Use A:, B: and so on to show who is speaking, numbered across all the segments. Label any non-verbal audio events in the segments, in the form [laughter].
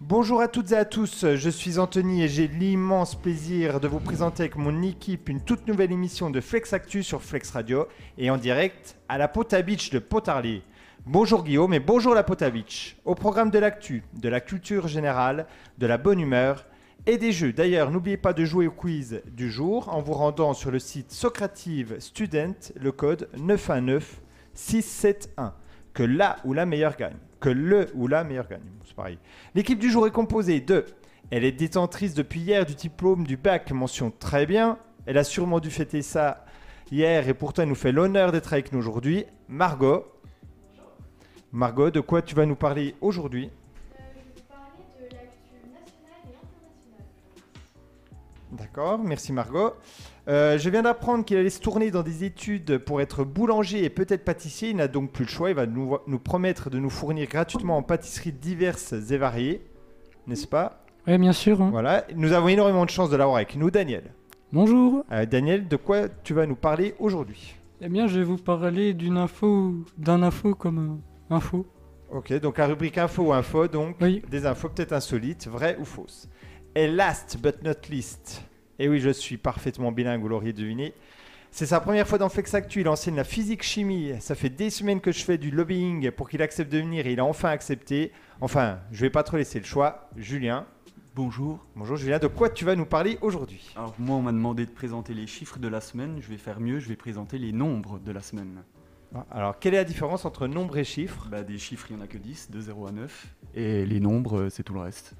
A: Bonjour à toutes et à tous, je suis Anthony et j'ai l'immense plaisir de vous présenter avec mon équipe une toute nouvelle émission de Flex Actu sur Flex Radio et en direct à la Pota Beach de Potarlier. Bonjour Guillaume et bonjour la Pota Beach. Au programme de l'actu, de la culture générale, de la bonne humeur et des jeux. D'ailleurs, n'oubliez pas de jouer au quiz du jour en vous rendant sur le site Socrative Student, le code 919671. Que la ou la meilleure gagne. Que le ou la meilleure gagne. Bon, c'est pareil. L'équipe du jour est composée de. Elle est détentrice depuis hier du diplôme du bac, mention très bien. Elle a sûrement dû fêter ça hier et pourtant elle nous fait l'honneur d'être avec nous aujourd'hui. Margot. Margot, de quoi tu vas nous parler aujourd'hui D'accord, merci Margot. Euh, je viens d'apprendre qu'il allait se tourner dans des études pour être boulanger et peut-être pâtissier. Il n'a donc plus le choix. Il va nous, nous promettre de nous fournir gratuitement en pâtisseries diverses et variées. N'est-ce pas
B: Oui, bien sûr. hein.
A: Voilà. Nous avons énormément de chance de l'avoir avec nous, Daniel.
B: Bonjour.
A: Euh, Daniel, de quoi tu vas nous parler aujourd'hui
B: Eh bien, je vais vous parler d'une info, d'un info comme euh, info.
A: Ok, donc la rubrique info ou info, donc
B: Oui.
A: des infos peut-être insolites, vraies ou fausses. Et last but not least, et oui, je suis parfaitement bilingue, vous l'auriez deviné. C'est sa première fois dans Flex Actu, il enseigne la physique-chimie. Ça fait des semaines que je fais du lobbying pour qu'il accepte de venir et il a enfin accepté. Enfin, je vais pas trop laisser le choix. Julien,
C: Bonjour.
A: bonjour Julien, de quoi tu vas nous parler aujourd'hui
C: Alors moi, on m'a demandé de présenter les chiffres de la semaine. Je vais faire mieux, je vais présenter les nombres de la semaine.
A: Alors, quelle est la différence entre nombre et chiffre
C: Bah, des chiffres, il n'y en a que 10, de 0 à 9. Et les nombres, euh, c'est tout le reste.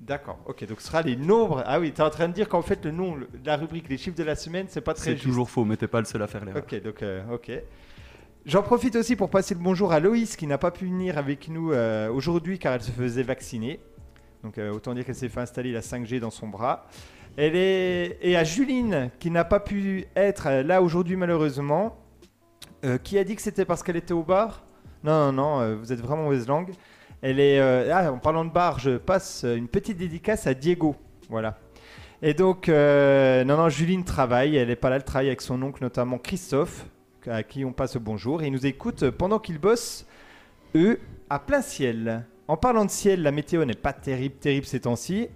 A: D'accord, ok, donc ce sera les nombres. Ah oui, tu es en train de dire qu'en fait, le nom, le- la rubrique, les chiffres de la semaine, c'est pas très
C: C'est
A: juste.
C: toujours faux, mais t'es pas le seul à faire l'erreur.
A: Ok, donc, euh, ok. J'en profite aussi pour passer le bonjour à Loïs qui n'a pas pu venir avec nous euh, aujourd'hui car elle se faisait vacciner. Donc euh, autant dire qu'elle s'est fait installer la 5G dans son bras. Elle est... Et à Juline qui n'a pas pu être euh, là aujourd'hui malheureusement, euh, qui a dit que c'était parce qu'elle était au bar. Non, non, non, euh, vous êtes vraiment mauvaise langue. Elle est... euh, Ah, en parlant de bar, je passe euh, une petite dédicace à Diego. Voilà. Et donc, euh, non, non, Juline travaille, elle n'est pas là, elle travaille avec son oncle, notamment Christophe, à qui on passe le bonjour, et ils nous écoutent pendant qu'ils bossent, eux, à plein ciel. En parlant de ciel, la météo n'est pas terrible, terrible ces temps-ci.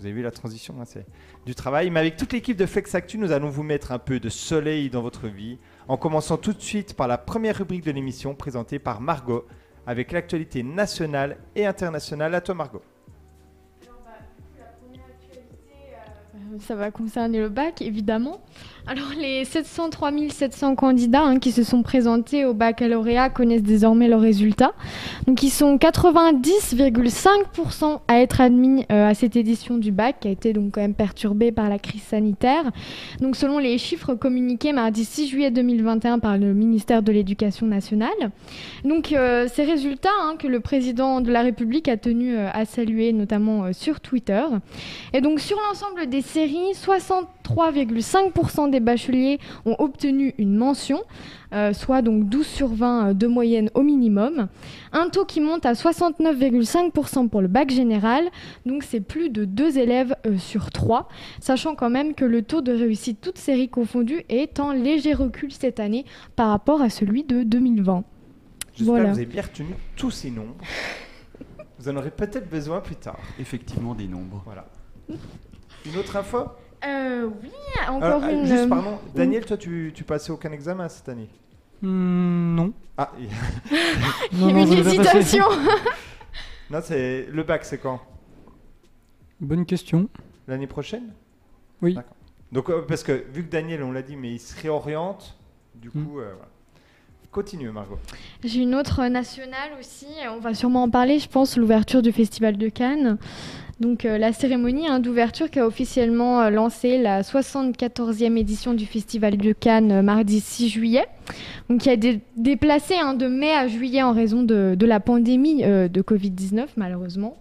A: Vous avez vu la transition, hein, c'est du travail. Mais avec toute l'équipe de Flex Actu, nous allons vous mettre un peu de soleil dans votre vie, en commençant tout de suite par la première rubrique de l'émission présentée par Margot, avec l'actualité nationale et internationale. À toi, Margot.
D: Euh, Ça va concerner le bac, évidemment. Alors, les 703 700 candidats hein, qui se sont présentés au baccalauréat connaissent désormais leurs résultats. Donc, ils sont 90,5% à être admis euh, à cette édition du bac, qui a été donc quand même perturbée par la crise sanitaire. Donc, selon les chiffres communiqués mardi 6 juillet 2021 par le ministère de l'Éducation nationale. Donc, euh, ces résultats hein, que le président de la République a tenu euh, à saluer, notamment euh, sur Twitter. Et donc sur l'ensemble des séries, 63,5% des bacheliers ont obtenu une mention, euh, soit donc 12 sur 20 euh, de moyenne au minimum. Un taux qui monte à 69,5% pour le bac général, donc c'est plus de 2 élèves euh, sur 3, sachant quand même que le taux de réussite toutes séries confondues est en léger recul cette année par rapport à celui de 2020.
A: J'espère
D: Voilà.
A: que vous avez bien retenu tous ces nombres. vous en aurez peut-être besoin plus tard.
C: Effectivement, des nombres.
A: Voilà. Une autre info
D: oui, encore
A: Euh,
D: une...
A: Juste, pardon. Daniel, toi, tu, tu passais aucun examen cette année
B: Hmm,
D: [laughs]
B: non.
A: Ah, et-
B: Non, non,
D: une
B: je l'ai pas fait.
D: hésitation
A: non, c'est le bac, c'est quand
B: Bonne question.
A: L'année prochaine
B: Oui.
A: D'accord. Donc, euh, parce que vu que Daniel, on l'a dit, mais il se réoriente, du coup, euh, voilà. Continue, Margot.
D: J'ai une autre euh, nationale aussi, euh, on va sûrement en parler, je pense, l'ouverture du Festival de Cannes. Donc euh, la cérémonie hein, d'ouverture qui a officiellement euh, lancé la 74e édition du Festival de Cannes euh, mardi 6 juillet, donc qui a dé- déplacé hein, de mai à juillet en raison de, de la pandémie euh, de Covid-19 malheureusement.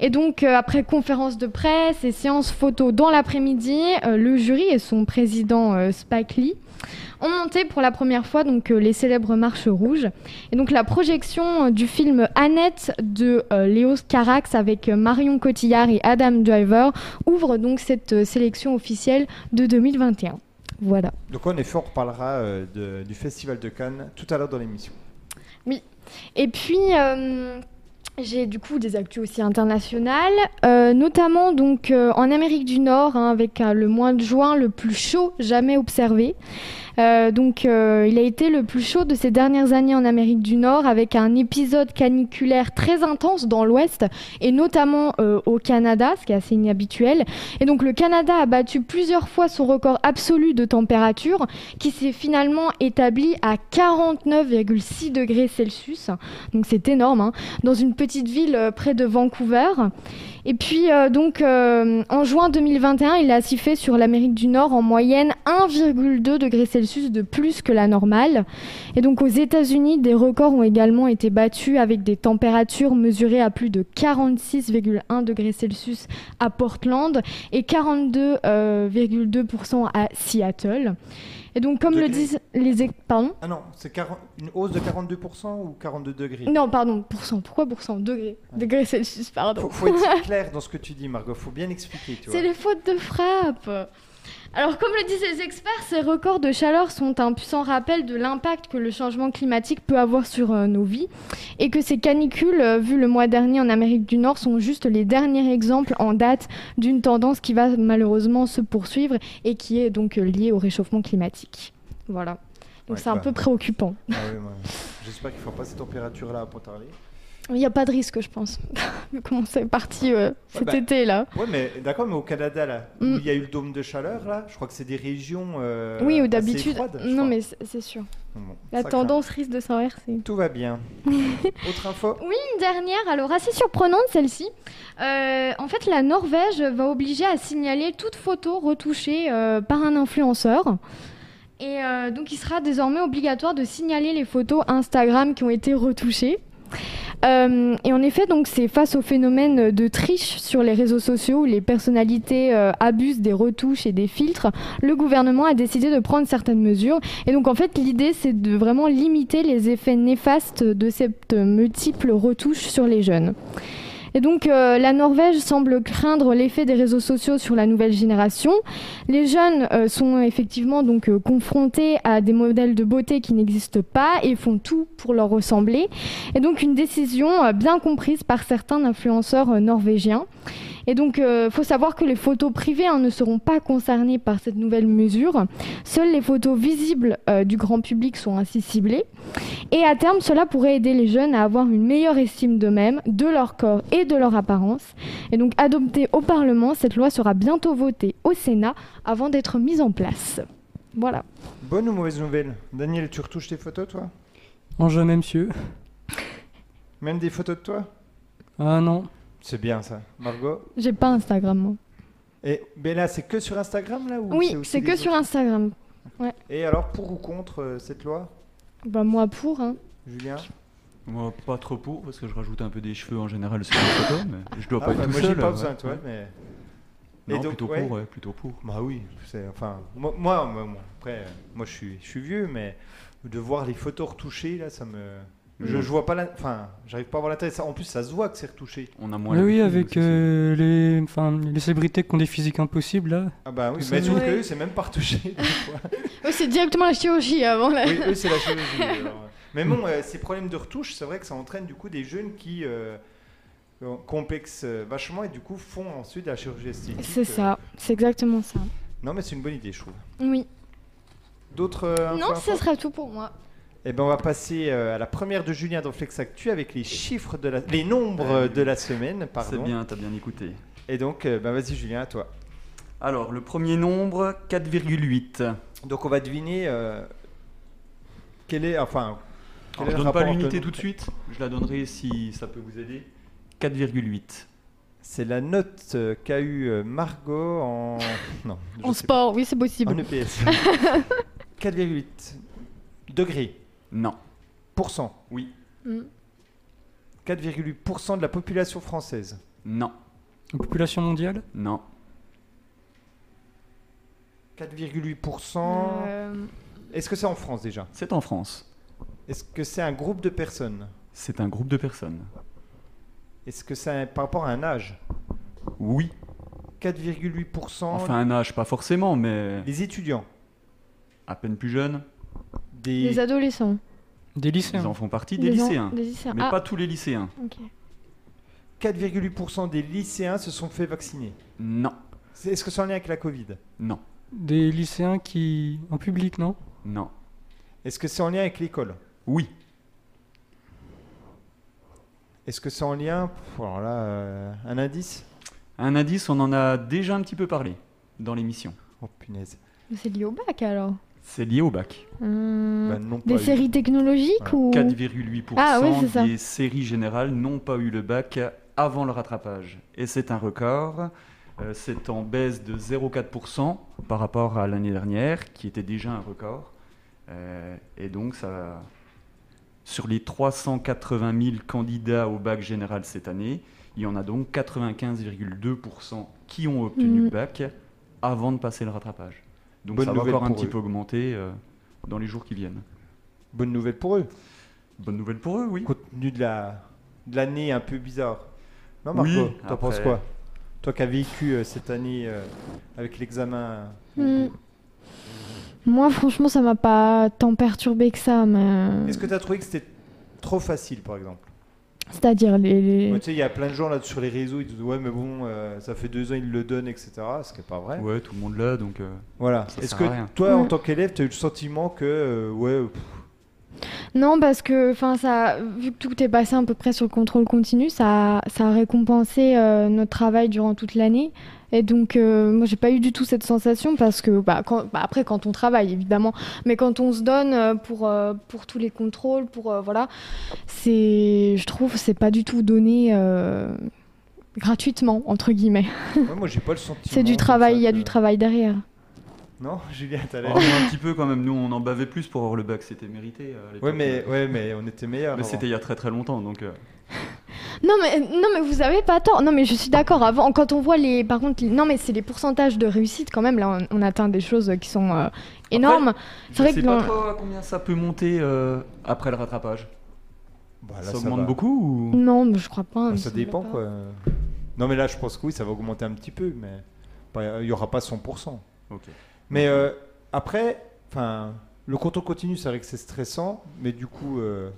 D: Et donc euh, après conférence de presse et séance photo dans l'après-midi, euh, le jury et son président euh, Spike Lee ont monté pour la première fois donc euh, les célèbres marches rouges. Et donc la projection euh, du film Annette de euh, Léo Carax avec euh, Marion Cotillard et Adam Driver ouvre donc cette euh, sélection officielle de 2021. Voilà.
A: Donc, en effet, on reparlera euh, de- du Festival de Cannes tout à l'heure dans l'émission.
D: Et puis, euh, J'ai du coup des actus aussi internationales, euh, notamment donc euh, en Amérique du Nord, hein, avec euh, le mois de juin le plus chaud jamais observé. Euh, donc euh, il a été le plus chaud de ces dernières années en Amérique du Nord, avec un épisode caniculaire très intense dans l'Ouest, et notamment euh, au Canada, ce qui est assez inhabituel. Et donc le Canada a battu plusieurs fois son record absolu de température, qui s'est finalement établi à 49,6 degrés Celsius. Donc c'est énorme. hein dans une petite ville euh, près de Vancouver. Et puis, euh, donc, euh, en juin 2021, il a sifflé sur l'Amérique du Nord en moyenne 1,2 degrés Celsius de plus que la normale. Et donc, aux États-Unis, des records ont également été battus avec des températures mesurées à plus de 46,1 degrés Celsius à Portland et euh, 42,2% à Seattle. Et donc, comme le
A: Degrés.
D: disent les... ex- Pardon
A: Ah non, c'est 40 une hausse de 42% ou 42 degrés
D: Non, pardon, pourcent. Pourquoi pourcent Degrés. Degrés Celsius, pardon.
A: Faut, faut
D: [laughs]
A: être clair dans ce que tu dis, Margot. Faut bien expliquer, tu vois.
D: C'est les fautes de frappe. Alors, comme le disent les experts, ces records de chaleur sont un puissant rappel de l'impact que le changement climatique peut avoir sur euh, nos vies et que ces canicules, euh, vues le mois dernier en Amérique du Nord, sont juste les derniers exemples en date d'une tendance qui va malheureusement se poursuivre et qui est donc euh, liée au réchauffement climatique. Voilà. Donc,
A: Ouais,
D: c'est un
A: bah.
D: peu préoccupant.
A: Ah oui, moi, J'espère qu'il ne fera pas ces températures-là pour parler.
D: Il n'y a pas de risque, je pense, [laughs] vu comment c'est parti euh, cet
A: bah.
D: été là.
A: Ouais, mais d'accord, mais au Canada, là, où
D: Mm.
A: il y a eu le dôme de chaleur, là, je crois que c'est des régions. euh,
D: oui, ou
A: assez
D: d'habitude.
A: froides, je
D: Non,
A: crois.
D: mais c'est c'est sûr.
A: Donc bon,
D: La
A: ça craint.
D: tendance risque de s'inverser.
A: Tout va
D: [laughs]
A: bien. Autre info
D: dernière, alors assez surprenante celle-ci. Euh, en fait, la Norvège va obliger à signaler toute photo retouchée euh, par un influenceur. Et euh, donc, il sera désormais obligatoire de signaler les photos Instagram qui ont été retouchées. Euh, et en effet, donc, c'est face au phénomène de triche sur les réseaux sociaux où les personnalités euh, abusent des retouches et des filtres. Le gouvernement a décidé de prendre certaines mesures. Et donc en fait, l'idée, c'est de vraiment limiter les effets néfastes de cette multiple retouche sur les jeunes. Et donc euh, la Norvège semble craindre l'effet des réseaux sociaux sur la nouvelle génération. Les jeunes euh, sont effectivement donc euh, confrontés à des modèles de beauté qui n'existent pas et font tout pour leur ressembler. Et donc une décision euh, bien comprise par certains influenceurs euh, norvégiens. Et donc euh, faut savoir que les photos privées hein, ne seront pas concernées par cette nouvelle mesure. Seules les photos visibles euh, du grand public sont ainsi ciblées. Et à terme, cela pourrait aider les jeunes à avoir une meilleure estime d'eux-mêmes, de leur corps et de leur apparence. Et donc, adoptée au Parlement, cette loi sera bientôt votée au Sénat avant d'être mise en place. Voilà.
A: Bonne ou mauvaise nouvelle Daniel, tu retouches tes photos, toi
B: En jamais, monsieur.
A: Même des photos de toi
B: Ah non.
A: C'est bien, ça. Margot
D: J'ai pas Instagram, moi.
A: Et mais là, c'est que sur Instagram, là ou
D: Oui,
A: aussi
D: c'est
A: des
D: que
A: autres
D: sur Instagram.
A: Et alors, pour ou contre euh, cette loi,
D: Bah, moi pour, hein.
A: Julien
C: Moi, pas trop pour, parce que je rajoute un peu des cheveux en général sur les photos, mais je dois
A: Ah,
C: pas
A: bah,
C: être tout
A: Moi, j'ai
C: seul. euh, hein,
A: pas
C: ouais.
A: besoin, toi, mais. Et
C: Non,
A: donc,
C: plutôt
A: ouais.
C: pour, ouais, plutôt pour.
A: Bah oui, c'est enfin moi, moi, moi- moi, après euh, moi je suis je suis vieux mais de voir les photos retouchées là ça me je,
C: Mm.
A: je vois pas la enfin j'arrive pas à voir la tête Ça- en plus ça se voit que c'est retouché.
C: On a moins
B: Mais Ah oui,
C: l'habitude,
B: avec
C: c'est-
B: euh, les, enfin, les célébrités qui ont des physiques impossibles là.
A: Ah bah oui,
B: Tout
A: mais
B: ça.
A: sauf
D: Ouais.
A: que eux c'est même pas retouché. [laughs] des fois.
D: Eux, c'est directement la chirurgie euh, avant la.
A: oui, eux c'est la [laughs] chirurgie. alors. Mais bon euh, ces problèmes de retouche, c'est vrai que ça entraîne du coup des jeunes qui euh, euh, complexent euh, vachement et du coup font ensuite de la chirurgie esthétique.
D: C'est
A: euh.
D: ça, c'est exactement ça.
A: Non mais c'est une bonne idée, je trouve.
D: Oui.
A: D'autres euh,
D: Non,
A: infos,
D: ce sera tout pour moi.
A: Eh ben, on va passer euh, à la première de Julien dans Flex Actu avec les chiffres de la... les nombres euh, de la semaine, pardon.
C: Ah C'est bien, t'as bien écouté.
A: Et donc, euh, ben, vas-y Julien, à toi.
C: Alors, le premier nombre, 4,8.
A: Donc, on va deviner euh, quel est, enfin, quel
C: Alors,
A: est le
C: je donne
A: rapport
C: pas
A: entre
C: l'unité
A: le-
C: tout de suite, je la donnerai si ça peut vous aider. 4,8.
A: C'est la note euh, qu'a eu euh, Margot
C: [laughs]
A: en, non, je
D: En
A: sais
D: sport, oui, c'est
A: pas.
D: possible.
A: en E EPS. 4,8 degrés
C: Non.
A: pourcent.
C: Oui.
D: Mm.
A: 4,8% de la population française.
C: Non.
B: La population mondiale
C: Non.
A: 4,8%.
D: Euh,
A: Est-ce que c'est en France déjà
C: C'est en France.
A: Est-ce que c'est un groupe de personnes
C: C'est un groupe de personnes.
A: Est-ce que c'est un- par rapport à un âge
C: Oui.
A: 4,8%
C: Enfin, un âge, pas forcément, mais
A: des étudiants,
C: à peine plus jeunes.
A: des,
D: Les adolescents.
B: Des
C: Ils
B: lycéens
C: en font partie, des
D: Les en-
C: lycéens.
D: Des lycéens.
C: Mais
D: ah,
C: pas tous les lycéens.
D: ok.
A: 4,8% des lycéens se sont fait vacciner.
C: Non,
A: C'est- Est-ce que c'est en lien avec la Covid
C: non,
B: Des lycéens qui. en public, non
C: non.
A: Est-ce que c'est en lien avec l'école
C: Oui,
A: Est-ce que c'est en lien Pff, Alors là, euh, un indice
C: un indice, on en a déjà un petit peu parlé dans l'émission.
A: Oh punaise.
D: Mais C'est lié au bac alors.
C: C'est lié au bac.
D: Hum,
A: Bah, non,
D: des
A: pas eu.
D: séries technologiques
A: Voilà.
D: ou
C: 4,8%
D: Ah oui, c'est ça.
C: des séries générales n'ont pas eu le bac avant le rattrapage. Et c'est un record. Euh, c'est en baisse de 0,4% par rapport à l'année dernière, qui était déjà un record. Euh, et donc, ça, sur les 380 000 candidats au bac général cette année, il y en a donc 95,2% qui ont obtenu
D: Mhm.
C: le bac avant de passer le rattrapage. Donc,
A: Bonne
C: ça va
A: nouvelle
C: encore un
A: pour
C: petit
A: eux.
C: peu augmenter euh, dans les jours qui viennent.
A: Bonne nouvelle pour eux.
C: Bonne nouvelle pour eux, oui.
A: Compte tenu de la de l'année un peu bizarre. Non Marco,
C: Oui,
A: t'en penses
C: après-
A: quoi Toi qui as vécu euh, cette année euh, avec l'examen.
D: Hum. Moi, franchement, ça m'a pas tant perturbé que ça, mais.
A: Est-ce que t'as trouvé que c'était trop facile par exemple
D: C'est-à-dire les. les-
A: Ouais, Bah, Tu sais, il y a plein de gens là sur les réseaux, ils disent ouais mais bon, euh, ça fait deux ans ils le donnent, etc. Ce qui est pas vrai.
C: Ouais, tout le monde là, donc. euh,
A: Voilà.
C: Ça
A: Est-ce
C: sert
A: que
C: à rien.
A: toi, en
D: Ouais.
A: tant qu'élève, tu as eu le sentiment que, euh, ouais, pff,
D: Non, parce que, enfin, ça, vu que tout est passé à peu près sur le contrôle continu, ça, ça a récompensé euh, notre travail durant toute l'année. Et donc, euh, moi, j'ai pas eu du tout cette sensation parce que, bah, quand- bah, après, quand on travaille, évidemment, mais quand on se donne euh, pour, euh, pour tous les contrôles, pour, euh, voilà, c'est, je trouve, c'est pas du tout donné euh, gratuitement, entre guillemets. [laughs]
A: ouais, moi j'ai pas le sentiment.
D: C'est du
A: comme
D: travail,
A: ça
D: il y a
A: que-
D: du travail derrière.
A: Non, [laughs] Julien, t'as
C: on
A: l'air.
C: en a Oh, un petit peu quand même, nous on en bavait plus pour avoir le bac, c'était mérité. euh, à l'époque.
A: Ouais mais, ouais, mais on était meilleurs. hein.
C: Mais
A: avant.
C: c'était il y a très très longtemps, donc. euh,
D: Non mais, non mais vous avez pas tort. Non mais je suis d'accord. Avant, quand on voit les, par contre, les- non mais c'est les pourcentages de réussite quand même. Là, on, on atteint des choses qui sont euh, énormes.
C: je
D: C'est vrai
C: sais
D: que
C: pas
D: dans-
C: trop à combien ça peut monter euh, après le rattrapage.
A: Bah, là,
C: ça,
A: ça
C: augmente
A: va.
C: beaucoup ou...
D: Non, mais je crois pas.
A: Bah,
D: Ah, mais
A: ça dépend
D: va pas.
A: quoi. Non mais là, je pense que oui, ça va augmenter un petit peu, mais pas- il y aura pas 100%.
D: Mm.
C: Ok.
A: Mais euh, après, enfin, le contrôle continu, c'est vrai que c'est stressant, mais du coup, euh,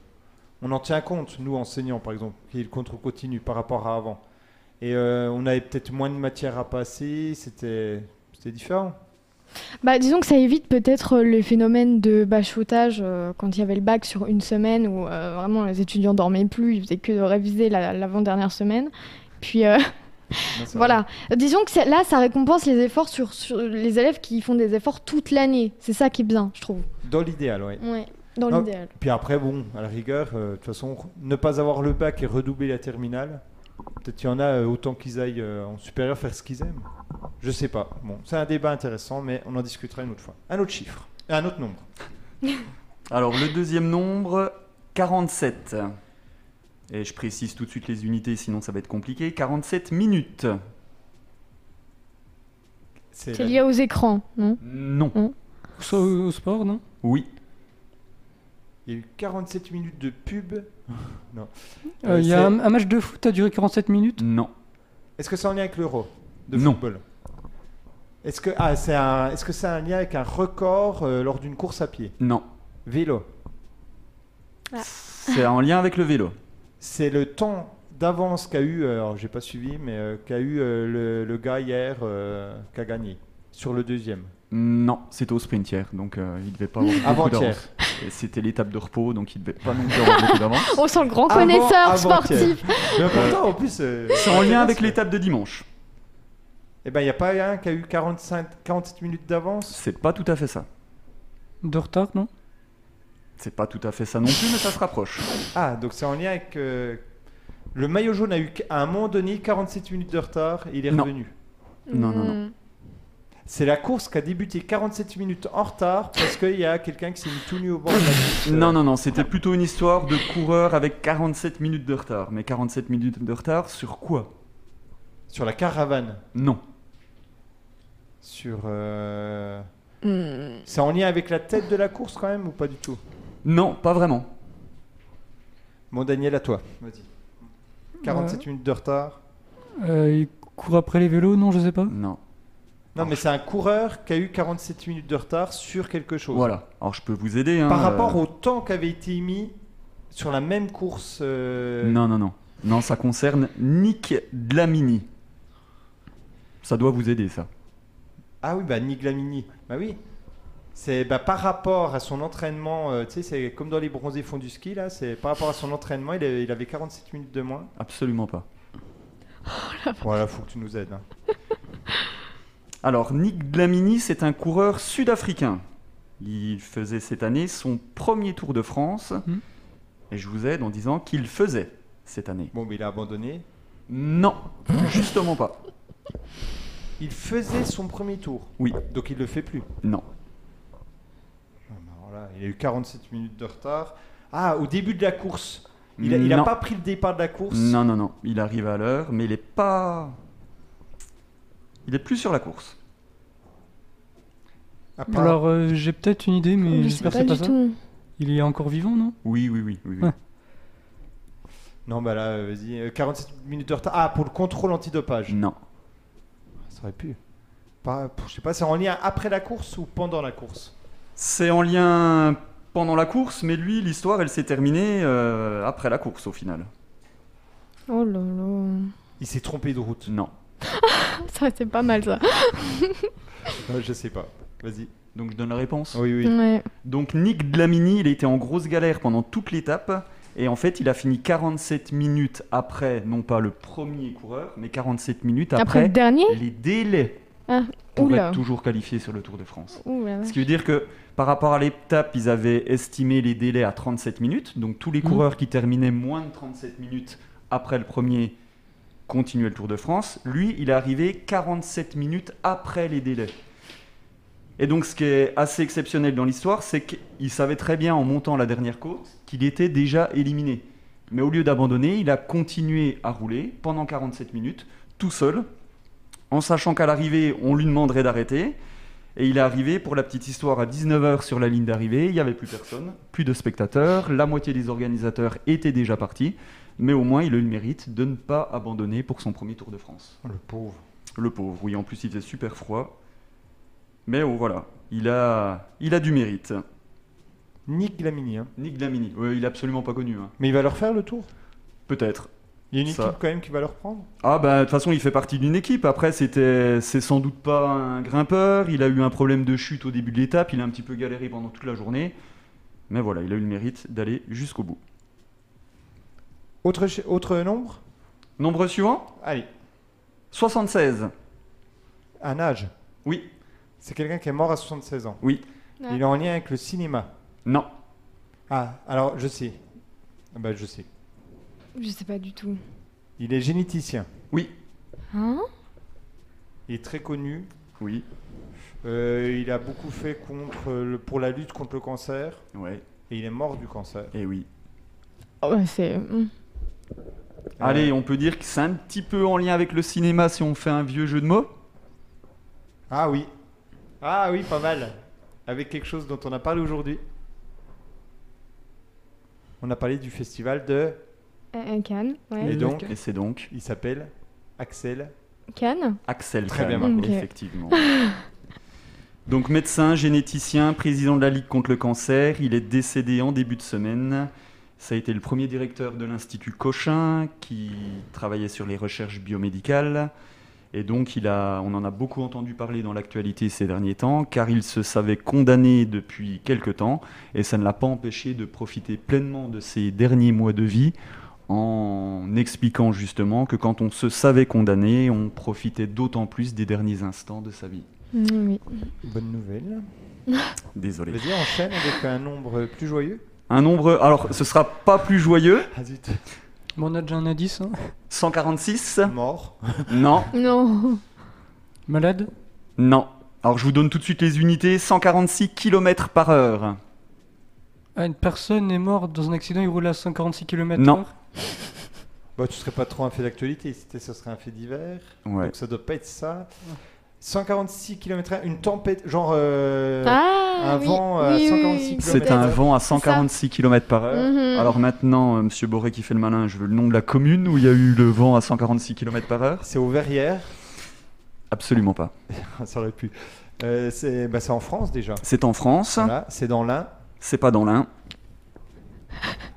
A: on en tient compte, nous enseignants par exemple, qui est le contrôle continu par rapport à avant. Et euh, on avait peut-être moins de matière à passer, c'était c'était différent.
D: Bah, disons que ça évite peut-être le phénomène de bachotage euh, quand il y avait le bac sur une semaine où euh, vraiment les étudiants dormaient plus, ils faisaient que de réviser la- l'avant-dernière semaine. Puis euh, [laughs]
A: Non, c'est
D: voilà. Disons que c'est- là, ça récompense les efforts sur, sur les élèves qui font des efforts toute l'année. C'est ça qui est bien, je trouve.
A: vrai. Dans l'idéal, oui.
D: Ouais, dans
A: Non.
D: l'idéal.
A: Puis après, bon, à la rigueur, euh, de toute façon, ne pas avoir le bac et redoubler la terminale, peut-être qu'il y en a euh, autant qu'ils aillent euh, en supérieur faire ce qu'ils aiment. Je sais pas. Bon, c'est un débat intéressant, mais on en discutera une autre fois. Un autre chiffre, un autre nombre.
C: Alors le deuxième nombre, 47. Et je précise tout de suite les unités, sinon ça va être compliqué. 47 minutes.
D: C'est
A: la-
D: lié aux écrans, non Mm.
C: Non.
B: Ça, au, au sport, non
C: Oui.
A: Il y a eu 47 minutes de pub. [laughs] non.
B: Euh, Il
A: Euh,
B: y
A: c'est-
B: a un, un match de foot a duré 47 minutes.
C: Non.
A: Est-ce que c'est en lien avec l'euro de
C: Non.
A: football Est-ce que ah, c'est un... est-ce que c'est un lien avec un record euh, lors d'une course à pied
C: Non.
A: Vélo.
D: Ah.
C: C'est en lien avec le vélo.
A: C'est le temps d'avance qu'a eu, euh, alors j'ai pas suivi, mais euh, qu'a eu euh, le, le gars hier euh, qui a gagné sur le deuxième.
C: Non, c'était au sprint hier, donc euh, il devait pas avoir beaucoup
A: Avant-hier.
C: d'avance. Et C'était l'étape de repos, donc il devait pas non plus avoir
A: [laughs]
C: beaucoup d'avance.
D: On sent le grand
A: Avant-
D: connaisseur
A: avant-hier.
D: sportif.
A: Mais pourtant, en plus. euh,
C: C'est en lien avec
A: c'est-
C: l'étape de dimanche.
A: Eh ben, il n'y a pas un qui a eu 45, 47 minutes d'avance
C: C'est pas tout à fait ça.
B: De retard, non
C: C'est pas tout à fait ça non plus, mais ça se rapproche.
A: Ah, donc c'est en lien avec. euh, le maillot jaune a eu qu- à un moment donné 47 minutes de retard, il est
C: Non.
A: revenu.
C: Non, non, non.
A: C'est la course qui a débuté 47 minutes en retard parce qu'il y a quelqu'un qui s'est mis tout nu au bord
C: [coughs]
A: de la piste.
C: Non, non, non, c'était plutôt une histoire de coureur avec 47 minutes de retard. Mais 47 minutes de retard sur quoi
A: Sur la caravane.
C: Non.
A: Sur. euh,
D: Hmm.
A: C'est en lien avec la tête de la course quand même ou pas du tout
C: Non, pas vraiment.
A: Bon, Daniel, à toi. Vas-y. 47 minutes de retard.
B: Euh, Il court après les vélos, non Je sais pas.
C: Non.
A: Non, mais c'est un coureur qui a eu 47 minutes de retard sur quelque chose.
C: Voilà. Alors je peux vous aider. hein,
A: Par
C: euh,
A: rapport au temps qui avait été mis sur la même course. euh,
C: Non, non, non. Non, ça concerne Nick Dlamini. Ça doit vous aider, ça.
A: Ah oui, bah Nick Lamini. Bah oui. C'est bah, par rapport à son entraînement, euh, tu sais, c'est comme dans les bronzés fond du ski, là, c'est par rapport à son entraînement, il, est- il avait 47 minutes de moins.
C: Absolument pas. Ah,
A: Voilà, faut que tu nous aides. hein.
C: Alors, Nick Dlamini, c'est un coureur sud-africain. Il faisait cette année son premier Tour de France.
A: Hmm.
B: Mhm.
C: Et je vous aide en disant qu'il faisait cette année.
A: Bon, mais il a abandonné.
C: Non, justement pas.
A: Il faisait son premier tour.
C: Oui.
A: Donc il le fait plus.
C: Non.
A: Ah, bah, voilà, il a eu 47 minutes de retard. Ah, au début de la course. Il a, il a
C: non.
A: pas pris le départ de la course.
C: non, non, non. Il arrive à l'heure, mais il est pas. Il est plus sur la course.
A: Ah, pardon.
B: Alors, euh, j'ai peut-être une idée,
D: Je
B: mais
D: sais
B: j'espère que
D: Oh, pas
B: Hmm.
D: du
B: c'est pas ça.
D: tout.
B: Il est encore vivant, non
C: Oui, oui, oui. oui, oui.
B: Ouais.
A: Non, bah là, euh, vas-y. euh, 47 minutes de retard. Ah, pour le contrôle antidopage.
C: Non.
A: Ça aurait pu. Pas, pour- je sais pas, c'est en lien après la course ou pendant la course
C: C'est en lien pendant la course, mais lui, l'histoire, elle s'est terminée euh, après la course au final.
D: Oh là là.
A: Il s'est trompé de route.
C: Non.
D: Ça, c'est pas mal ça.
A: Euh, je sais pas. Vas-y.
C: Donc je donne la réponse.
A: Oui, oui.
D: Ouais.
C: Donc Nick Dlamini, il était en grosse galère pendant toute l'étape. Et en fait, il a fini 47 minutes après, non pas le premier coureur, mais 47 minutes
D: Après, le
C: après,
D: dernier
C: les délais pour
D: Oula.
C: être toujours qualifié sur le Tour de France.
D: Oula.
C: Ce qui veut dire que par rapport à l'étape, ils avaient estimé les délais à 37 minutes. Donc tous les
B: Mhm.
C: coureurs qui terminaient moins de 37 minutes après le premier continuaient le Tour de France. Lui, il est arrivé 47 minutes après les délais. Et donc ce qui est assez exceptionnel dans l'histoire, c'est qu'il savait très bien en montant la dernière côte qu'il était déjà éliminé. Mais au lieu d'abandonner, il a continué à rouler pendant 47 minutes, tout seul, en sachant qu'à l'arrivée, on lui demanderait d'arrêter. Et il est arrivé, pour la petite histoire, à 19h sur la ligne d'arrivée, il n'y avait plus personne, plus de spectateurs, la moitié des organisateurs étaient déjà partis, mais au moins il a eu le mérite de ne pas abandonner pour son premier Tour de France.
A: Oh, le pauvre.
C: Le pauvre, oui, en plus il faisait super froid. Mais oh voilà, il a, il a du mérite.
A: Nick Glamini. hein.
C: Nick Dlamini, ouais, il est absolument pas connu, hein.
A: Mais il va leur faire le tour
C: peut-être.
A: Il y a une
C: Ça.
A: équipe quand même qui va le reprendre
C: Ah bah de toute façon il fait partie d'une équipe. Après c'était c'est sans doute pas un grimpeur. Il a eu un problème de chute au début de l'étape. Il a un petit peu galéré pendant toute la journée. Mais voilà, il a eu le mérite d'aller jusqu'au bout.
A: Autre, ch- autre nombre
C: Nombre suivant
A: Allez,
C: 76.
A: un âge.
C: Oui.
A: C'est quelqu'un qui est mort à 76 ans.
C: Oui.
D: Ah.
A: Il est en lien avec le cinéma.
C: Non.
A: Ah, alors je sais. Ah Bah, je sais.
D: Je sais pas du tout.
A: Il est généticien.
C: Oui.
D: Hein
A: Il est très connu.
C: Oui.
A: Euh, il a beaucoup fait contre le- pour la lutte contre le cancer.
C: Ouais.
A: Et il est mort du cancer.
C: Et oui.
D: Oh, bah, c'est. hum.
C: Allez, on peut dire que c'est un petit peu en lien avec le cinéma si on fait un vieux jeu de mots.
A: Ah oui. Ah oui, pas mal. Avec quelque chose dont on a parlé aujourd'hui. On a parlé du festival de...
D: Euh, euh, Cannes, ouais.
A: Et donc
C: Et c'est donc
A: Il s'appelle Axel.
D: Cannes
C: Axel
A: Très
C: Kahn,
A: bien
D: marqué. Ok.
C: effectivement. [laughs] Donc médecin, généticien, président de la Ligue contre le cancer, il est décédé en début de semaine. Ça a été le premier directeur de l'Institut Cochin qui travaillait sur les recherches biomédicales. Et donc il a, on en a beaucoup entendu parler dans l'actualité ces derniers temps, car il se savait condamné depuis quelque temps, et ça ne l'a pas empêché de profiter pleinement de ses derniers mois de vie en expliquant justement que quand on se savait condamné, on profitait d'autant plus des derniers instants de sa vie.
D: Hum, oui.
A: Bonne nouvelle.
C: Désolé.
A: Vas-y, enchaîne avec un nombre plus joyeux.
C: Un nombre, alors ce sera pas plus joyeux,
A: Ah zut. [laughs]
B: Bon, on a déjà un indice. Hein.
C: 146
A: Mort.
C: Non,
D: Non.
B: Malade
C: non. Alors je vous donne tout de suite les unités, 146 km par heure.
B: Ah, Une personne est morte dans un accident, il roule à 146 km/h.
C: Non.
A: Bah, tu serais pas trop un fait d'actualité. C'était, ce serait un fait divers.
C: Ouais.
A: Donc ça doit pas être ça. 146 km/h, une tempête, genre. euh,
D: Ah
A: un
D: oui,
A: vent à
D: oui, oui,
A: 146
D: oui,
C: C'est
A: Kilomètres. Mm.
C: un
D: peut-être.
C: vent à 146 km par heure.
D: Mhm.
C: euh, Alors maintenant, euh, Monsieur Boré qui fait le malin, je veux le nom de la commune où il y a eu le vent à 146 km par heure
A: C'est aux Verrières. [laughs]
C: Absolument pas.
A: ça aurait pu. Euh, c'est bah, c'est
C: Hein.
A: en France déjà.
C: C'est en France,
A: Voilà, c'est dans l'Ain.
C: c'est pas dans l'Ain,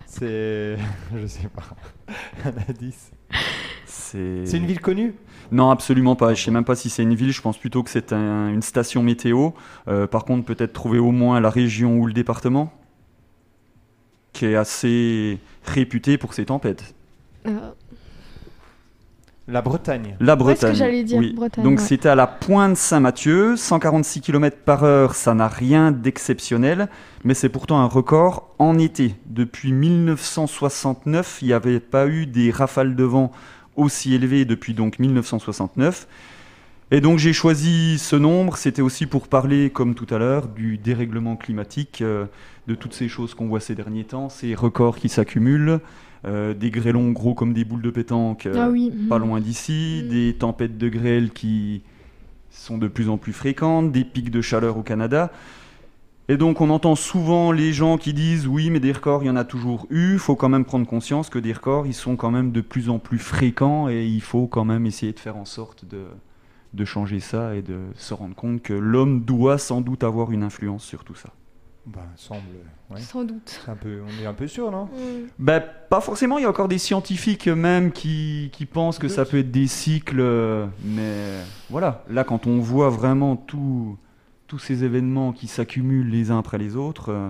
A: C'est. [laughs] Je sais pas. Un indice.
C: C'est
A: C'est une ville connue
C: Non, absolument pas. Je sais même pas si c'est une ville. Je pense plutôt que c'est un- une station météo. Euh, par contre, peut-être trouver au moins la région ou le département, qui est assez réputé pour ses tempêtes.
D: Euh,
A: La Bretagne.
C: La
D: Ouais, c'est
C: Bretagne.
D: ce que j'allais dire,
C: oui.
D: Bretagne,
C: Donc
D: ouais.
C: c'était à la pointe Saint-Mathieu, 146 km par heure, ça n'a rien d'exceptionnel, mais c'est pourtant un record en été. Depuis 1969, il n'y avait pas eu des rafales de vent aussi élevées depuis donc 1969. Et donc j'ai choisi ce nombre, c'était aussi pour parler, comme tout à l'heure, du dérèglement climatique, euh, de toutes ces choses qu'on voit ces derniers temps, ces records qui s'accumulent, euh, des grêlons gros comme des boules de pétanque. euh,
D: ah oui.
C: pas loin d'ici,
D: Mm.
C: des tempêtes de grêle qui sont de plus en plus fréquentes, des pics de chaleur au Canada. Et donc on entend souvent les gens qui disent oui mais des records il y en a toujours eu, faut quand même prendre conscience que des records ils sont quand même de plus en plus fréquents et il faut quand même essayer de faire en sorte de, de changer ça et de se rendre compte que l'homme doit sans doute avoir une influence sur tout ça.
A: Bah, semble. ouais.
D: Sans doute.
A: C'est Un peu... On est un peu sûr, non
C: Ben, pas forcément, il y a encore des scientifiques euh, même qui, qui pensent que ça peut être des cycles, euh, mais voilà, là quand on voit vraiment tout- tous ces événements qui s'accumulent les uns après les autres, euh,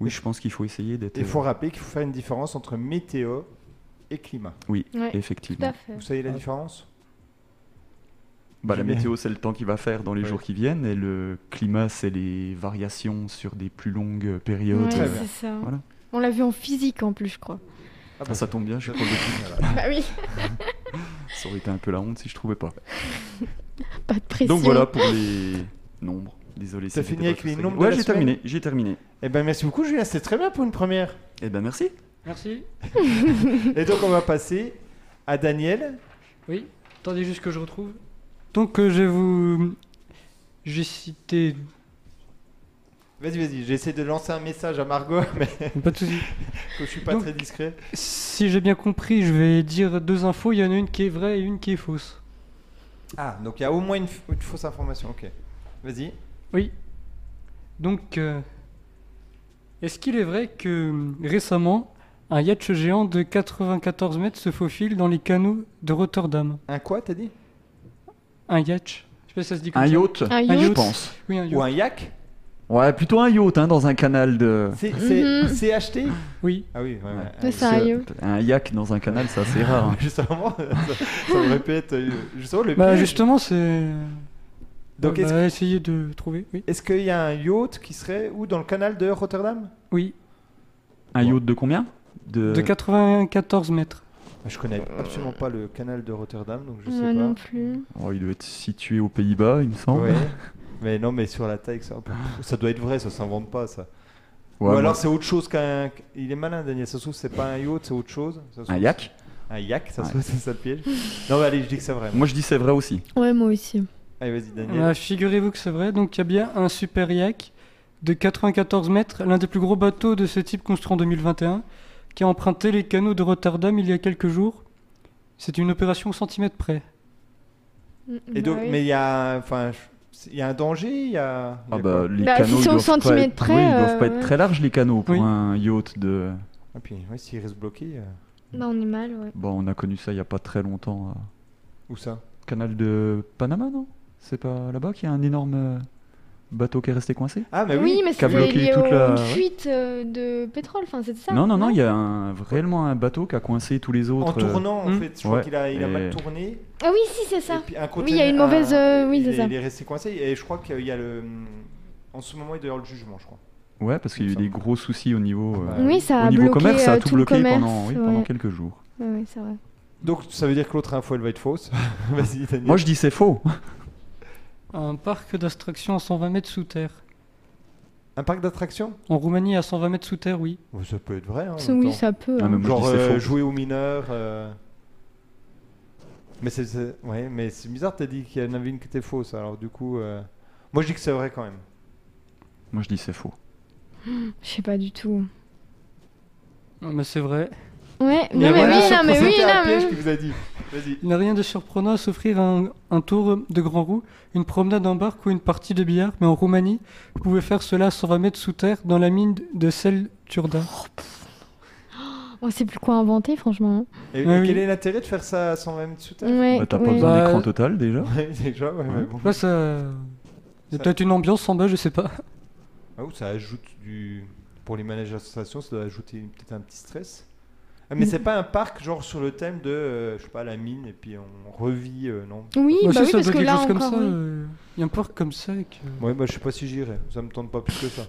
C: oui je pense qu'il faut essayer d'être...
A: Il faut rappeler qu'il faut faire une différence entre météo et climat.
D: Ouais, tout à
C: euh, Effectivement.
D: fait.
A: Vous savez la différence
C: Bah, la
A: Mais-
C: météo c'est le temps qu'il va faire dans les
A: Ouais.
C: jours qui viennent, et le climat c'est les variations sur des plus longues
D: Ouais,
C: périodes.
A: Très bien.
D: c'est ça.
C: Voilà.
D: On l'a vu en physique en plus, je crois.
A: Ah
C: Ah, ça tombe bien, je suis proche de tout.
D: bah oui,
C: Ça aurait été un peu la honte si je trouvais pas.
D: pas de pression.
C: Donc voilà pour les nombres. Désolé.
A: T'as
C: c'était
A: fini
C: pas
A: avec
C: très
A: les
C: très-
A: nombres de
C: Ouais,
A: la
C: j'ai
A: semaine
C: terminé. J'ai terminé.
A: Eh ben merci beaucoup Julien, c'était très bien pour une [laughs] première.
C: Eh ben merci.
B: Merci.
A: Et donc on va passer à Daniel.
B: Oui, attendez juste que je retrouve. Donc euh, je vais vous... J'ai cité... [laughs]
A: Vas-y, vas-y, j'essaie de lancer un message à Margot, [laughs] mais
B: Pas de soucis.
A: je suis pas
B: Donc-
A: très discret.
B: Si j'ai bien compris, je vais dire deux infos. Il y en a une qui est vraie et une qui est fausse.
A: Ah, donc il y a au moins une, f- une fausse information, ok. Vas-y.
B: Oui. Donc, euh, est-ce qu'il est vrai que hum, récemment, un yacht géant de 94 mètres se faufile dans les canaux de Rotterdam
A: Un quoi, t'as dit
B: Un yacht Je sais pas si ça se dit comme
C: Un
B: ça.
C: yacht,
D: Un
B: Un
D: yacht.
B: yacht.
C: je pense.
B: Oui, un
A: Ou
B: yacht.
A: un yak
C: Ouais, plutôt un yacht hein, dans un canal de.
A: C'est c'est-
D: Mhm.
A: c'est acheté
B: Oui.
A: Ah oui, ouais, ouais.
C: Ouais.
A: Ah oui.
D: C'est un
C: Ce-
D: yacht.
C: Un yacht dans un canal, c'est assez rare. hein.
A: [laughs] Justement, ça, ça me répète. euh, Justement, bah, le
B: Bah
A: piège.
B: justement, c'est...
A: Donc,
B: on
A: est-ce
B: va essayer de trouver, oui.
A: est-ce qu'il y a un yacht qui serait où dans le canal de Rotterdam
B: Oui,
C: [laughs] Un yacht de combien De.
B: de 94 mètres.
A: Bah, Je connais absolument pas le canal de Rotterdam, donc je sais
D: Moi
A: pas.
D: non plus.
C: Oh, il doit être situé aux Pays-Bas, il me semble.
A: Ouais. [laughs] Ah. Mais non, mais sur la taille, ça, ça doit être vrai, ça s'invente pas, ça.
C: Ouais,
A: Ou
C: moi-
A: alors c'est autre chose qu'un. Il est malin, Daniel. Ça se trouve, c'est pas un yacht, c'est autre chose. Ça se trouve,
C: Un yacht
A: c'est- Un yak, ça se
C: Ouais.
A: trouve, c'est ça le piège. Non, mais allez, je dis que c'est vrai. moi.
C: Moi, je dis c'est vrai aussi.
D: Ouais, moi aussi.
A: Allez, vas-y, Daniel.
B: Bah, Figurez-vous que c'est vrai, donc il y a bien un super yacht de 94 mètres, l'un des plus gros bateaux de ce type construit en 2021, qui a emprunté les canaux de Rotterdam il y a quelques jours. C'est une opération au centimètre près.
C: Mm,
A: Et
D: Bah
C: bah
A: donc, mais il y a. Enfin, je- il y a un danger, il y a. il y
C: Ah
A: a
C: bah,
A: quoi
C: les
D: Bah,
C: canaux.
D: si c'est au
C: doivent pas
D: centimètre
C: être-
D: près,
C: oui, ils doivent
D: euh,
C: pas être
D: ouais.
C: très larges, les canaux, pour
B: Oui.
C: un yacht de.
A: Ah, puis, ouais, s'il reste bloqué. euh,
D: Bah, on est mal, ouais.
C: Bon, on a connu ça il y a pas très longtemps. euh,
A: Où ça
C: Canal de Panama, non C'est pas là-bas qu'il y a un énorme euh, bateau qui est resté coincé
A: Ah, mais
D: oui,
A: oui.
D: mais
C: Qu'a
D: c'était
C: bloqué
D: lié
C: toute
D: au-
C: la-
D: une
C: ouais.
D: fuite euh, de pétrole, enfin, c'est ça
C: Non, non, non, il y a un- réellement un bateau qui a coincé tous les autres.
A: En
C: euh,
A: tournant, en
B: Hmm.
A: fait. Je crois
C: Ouais.
A: qu'il a, il a
C: Et-
A: mal tourné.
D: Ah oui, si, c'est ça.
A: Et puis un
D: Oui, il y a une
A: conteneur-
D: mauvaise, euh, oui,
A: il
D: c'est
A: est-
D: ça.
A: Il est resté coincé et je crois qu'il y a le. En ce moment, il doit y avoir le jugement, je crois.
C: Ouais, parce qu'il y a eu des gros soucis au niveau, euh,
D: Oui, ça a
C: au niveau
D: bloqué
C: commerce, ça a
D: euh,
C: tout,
D: le
C: bloqué
D: commerce.
C: pendant, oui,
D: ouais.
C: pendant Ah, quelques jours.
D: Ouais, ouais, c'est vrai.
A: Donc, ça veut dire que l'autre info, elle va être fausse. [laughs] Vas-y, Daniel.
C: Moi, je dis c'est faux.
B: Un parc d'attraction à 120 mètres sous terre.
A: Un parc d'attractions
B: En Roumanie, à 120 mètres sous terre, oui.
A: Bon, Ça peut être vrai. hein, en
D: Ça,
A: même
D: oui,
A: temps.
D: ça peut.
C: Ah,
D: hein.
C: mais- Moi, je
A: Genre
C: dis c'est
A: euh,
C: faux.
A: jouer aux mineurs. euh. Mais c'est- c'est ouais, mais c'est bizarre, t'as dit qu'il y en avait une qui était fausse. Alors du coup, euh, moi je dis que c'est vrai quand même.
C: [laughs] Moi, je dis c'est faux.
D: Je sais pas du tout.
B: Non, Ah, mais c'est vrai.
D: Ouais,
B: Mais
D: non, mais
B: voilà,
D: oui, non, mais oui,
A: C'était un
D: non,
A: piège qui
D: mais.
A: vous a dit. Vas-y.
B: Il n'a rien de surprenant à s'offrir un, un tour de grand roue, une promenade en barque ou une partie de billard, mais en Roumanie, vous pouvez faire cela à 120 mètres sous terre dans la mine de Sel Turda.
D: On sait plus quoi inventer, franchement.
A: Et, et
B: Ouais, oui.
A: quel est l'intérêt de faire ça à 120 mètres sous terre
D: Ouais,
C: Bah, t'as pas
D: ouais.
C: besoin
B: Bah,
C: d'écran
B: euh,
C: total déjà.
A: Ouais, [laughs] Déjà, ouais, mais bon.
B: Là, ça. Il y a
A: Ça-
B: peut-être une ambiance en bas, je sais pas.
A: Ah ou ça ajoute du. Pour les managers d'association, ça doit ajouter une- peut-être un petit stress. Ah, mais c'est pas un parc genre sur le thème de, euh, je sais pas, la mine et puis on revit, euh, non
D: Oui,
B: Moi
D: bah
B: aussi,
D: oui, parce
B: ça doit
D: que
B: quelque
D: là
B: chose comme
D: encore.
B: ça.
D: oui.
B: euh, Il y a un parc comme ça. et que-
A: Ouais, bah je sais pas si j'irai, ça me tente pas plus que ça.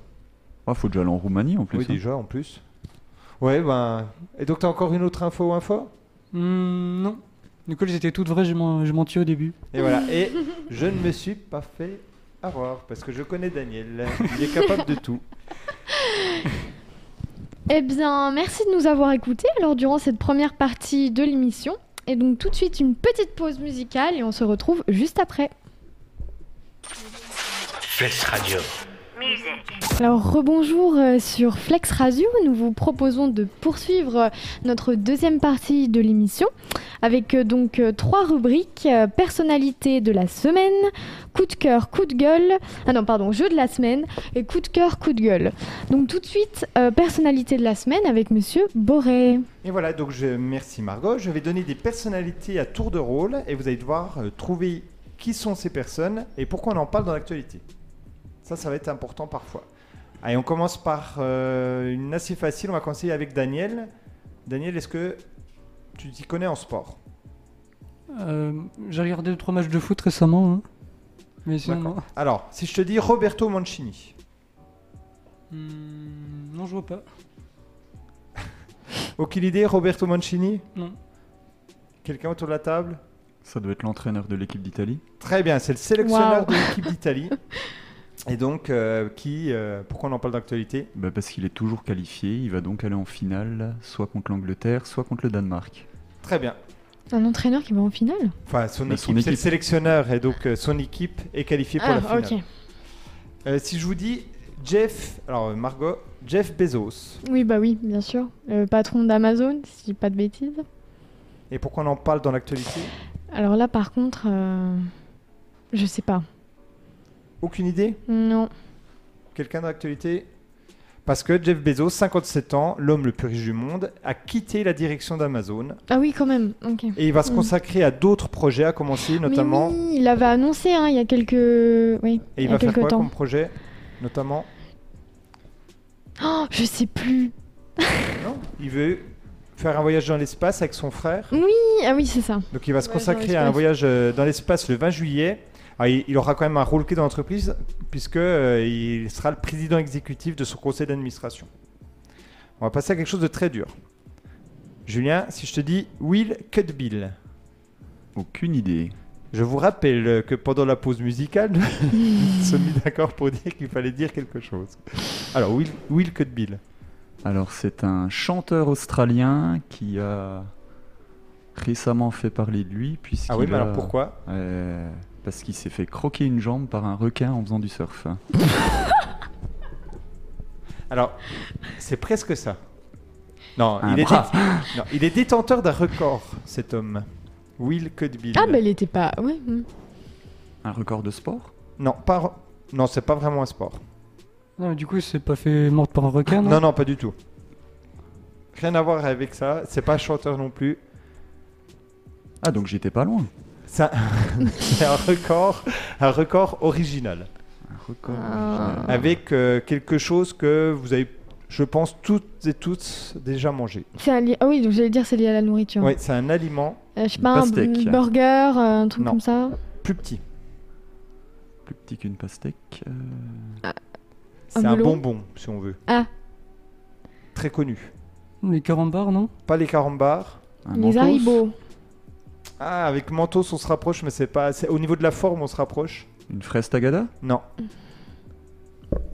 C: Ah, faut déjà aller en Roumanie en plus.
A: Oui,
C: hein.
A: déjà en plus. Ouais, ben. Et donc t'as encore une autre info ou info
B: Hmm, non. Nicole, étaient toutes vraies, j'ai men- j'ai menti au début.
A: Et voilà. [laughs] Et je ne me suis pas fait avoir parce que je connais [laughs] Daniel. Il est capable de tout.
D: Eh bien, merci de nous avoir écoutés alors durant cette première partie de l'émission. Et donc tout de suite une petite pause musicale et on se retrouve juste après.
E: Flex Radio.
D: Alors rebonjour euh, sur Flex Radio, nous vous proposons de poursuivre euh, notre deuxième partie de l'émission avec euh, donc euh, trois rubriques euh, personnalité de la semaine, coup de cœur, coup de gueule, ah non pardon, jeu de la semaine et coup de cœur, coup de gueule. Donc tout de suite euh, personnalité de la semaine avec monsieur Boré.
A: Et voilà, donc je merci Margot. Je vais donner des personnalités à tour de rôle et vous allez devoir euh, trouver qui sont ces personnes et pourquoi on en parle dans l'actualité. Ça, ça va être important parfois. Allez, on commence par euh, une assez facile. On va commencer avec Daniel. Daniel, est-ce que tu t'y connais en sport
B: Euh, j'ai regardé 2-3 matchs de foot récemment. hein. Mais sinon, non.
A: D'accord. Alors, si je te dis Roberto Mancini,
B: Hmm, non, je vois pas.
A: aucune idée, Roberto Mancini
B: Non.
A: Quelqu'un autour de la table
C: Ça doit être l'entraîneur de l'équipe d'Italie.
A: Très bien, c'est le sélectionneur
D: Waouh.
A: de l'équipe d'Italie. Et donc, euh, qui, euh, pourquoi on en parle d'actualité
C: Bah, parce qu'il est toujours qualifié. Il va donc aller en finale, soit contre l'Angleterre, soit contre le Danemark.
A: Très bien.
D: Un entraîneur qui va en finale
A: Enfin, son
C: Bah,
A: équipe,
C: son
A: c'est le
C: équipe.
A: sélectionneur et donc euh, son équipe est qualifiée pour la
D: Ah
A: finale.
D: ok.
A: Euh, si je vous dis Jeff, alors euh, Margot, Jeff Bezos,
D: Oui bah oui, bien sûr. Le patron d'Amazon, si je dis pas de bêtises.
A: et pourquoi on en parle dans l'actualité
D: Alors là par contre, euh, je sais pas.
A: Aucune idée
D: Non.
A: Quelqu'un dans l'actualité Parce que Jeff Bezos, 57 ans, l'homme le plus riche du monde, a quitté la direction d'Amazon
D: Ah oui, quand même. Ok.
A: et il va se
D: Mm.
A: consacrer à d'autres projets, à commencer notamment.
D: Mais oui, il l'avait annoncé hein, il y a quelques. Oui.
A: Et il
D: il y a
A: va faire
D: quelques
A: quoi
D: temps.
A: comme projet Notamment
D: Oh, je sais plus.
A: Non Il veut faire un voyage dans l'espace avec son frère.
D: Oui, Ah oui, c'est ça.
A: Donc il va se
D: Voyage dans
A: consacrer à un
D: l'espace.
A: voyage euh, dans l'espace le 20 juillet. Alors, il, il aura quand même un rôle clé dans l'entreprise puisque euh, il sera le président exécutif de son conseil d'administration. On va passer à quelque chose de très dur. Julien, si je te dis Will Cutbill,
C: Aucune idée.
A: je vous rappelle euh, que pendant la pause musicale, [laughs] nous nous sommes mis d'accord pour dire qu'il fallait dire quelque chose. Alors Will, Will Cutbill.
C: Alors c'est un chanteur australien qui a récemment fait parler de lui puisqu'il
A: Ah oui, mais
C: a-
A: alors pourquoi
C: Euh, Parce qu'il s'est fait croquer une jambe par un requin en faisant du surf. hein.
A: Alors, c'est presque ça. Non,
C: Un
A: il est,
C: bras.
A: dé- non, il est détenteur d'un record, cet homme. Will Cudbill.
D: Ah, bah il était pas. Ouais. mm.
C: Un record de sport
A: Non, pas... non c'est pas vraiment un sport.
B: Non, mais du coup, il s'est pas fait morte par un
D: Ah,
B: requin, non,
A: Non, non, pas du tout. Rien à voir avec ça. C'est pas chanteur non plus.
C: Ah donc j'étais pas loin.
A: C'est un, [laughs] c'est un record, un record original.
C: Un record.
D: Ah.
C: original.
A: Avec euh, quelque chose que vous avez, je pense, toutes et tous déjà mangé.
D: C'est un li- Ah oui, donc j'allais dire c'est lié à la nourriture.
A: Ouais, c'est un aliment
D: Euh, je sais pas, un
C: Pastèque.
D: b- burger, euh, un truc
A: Non.
D: comme ça.
A: plus petit.
C: Plus petit qu'une pastèque. euh,
A: C'est un
D: melon.
A: bonbon, si on veut.
D: Ah.
A: Très connu.
B: Les carambars, non
A: Pas les carambars.
C: un
D: Les
C: mentos [laughs]
D: haribots.
A: Ah, avec Mentos, on se rapproche, mais c'est pas assez. Au niveau de la forme, on se rapproche
C: Une fraise tagada
A: Non.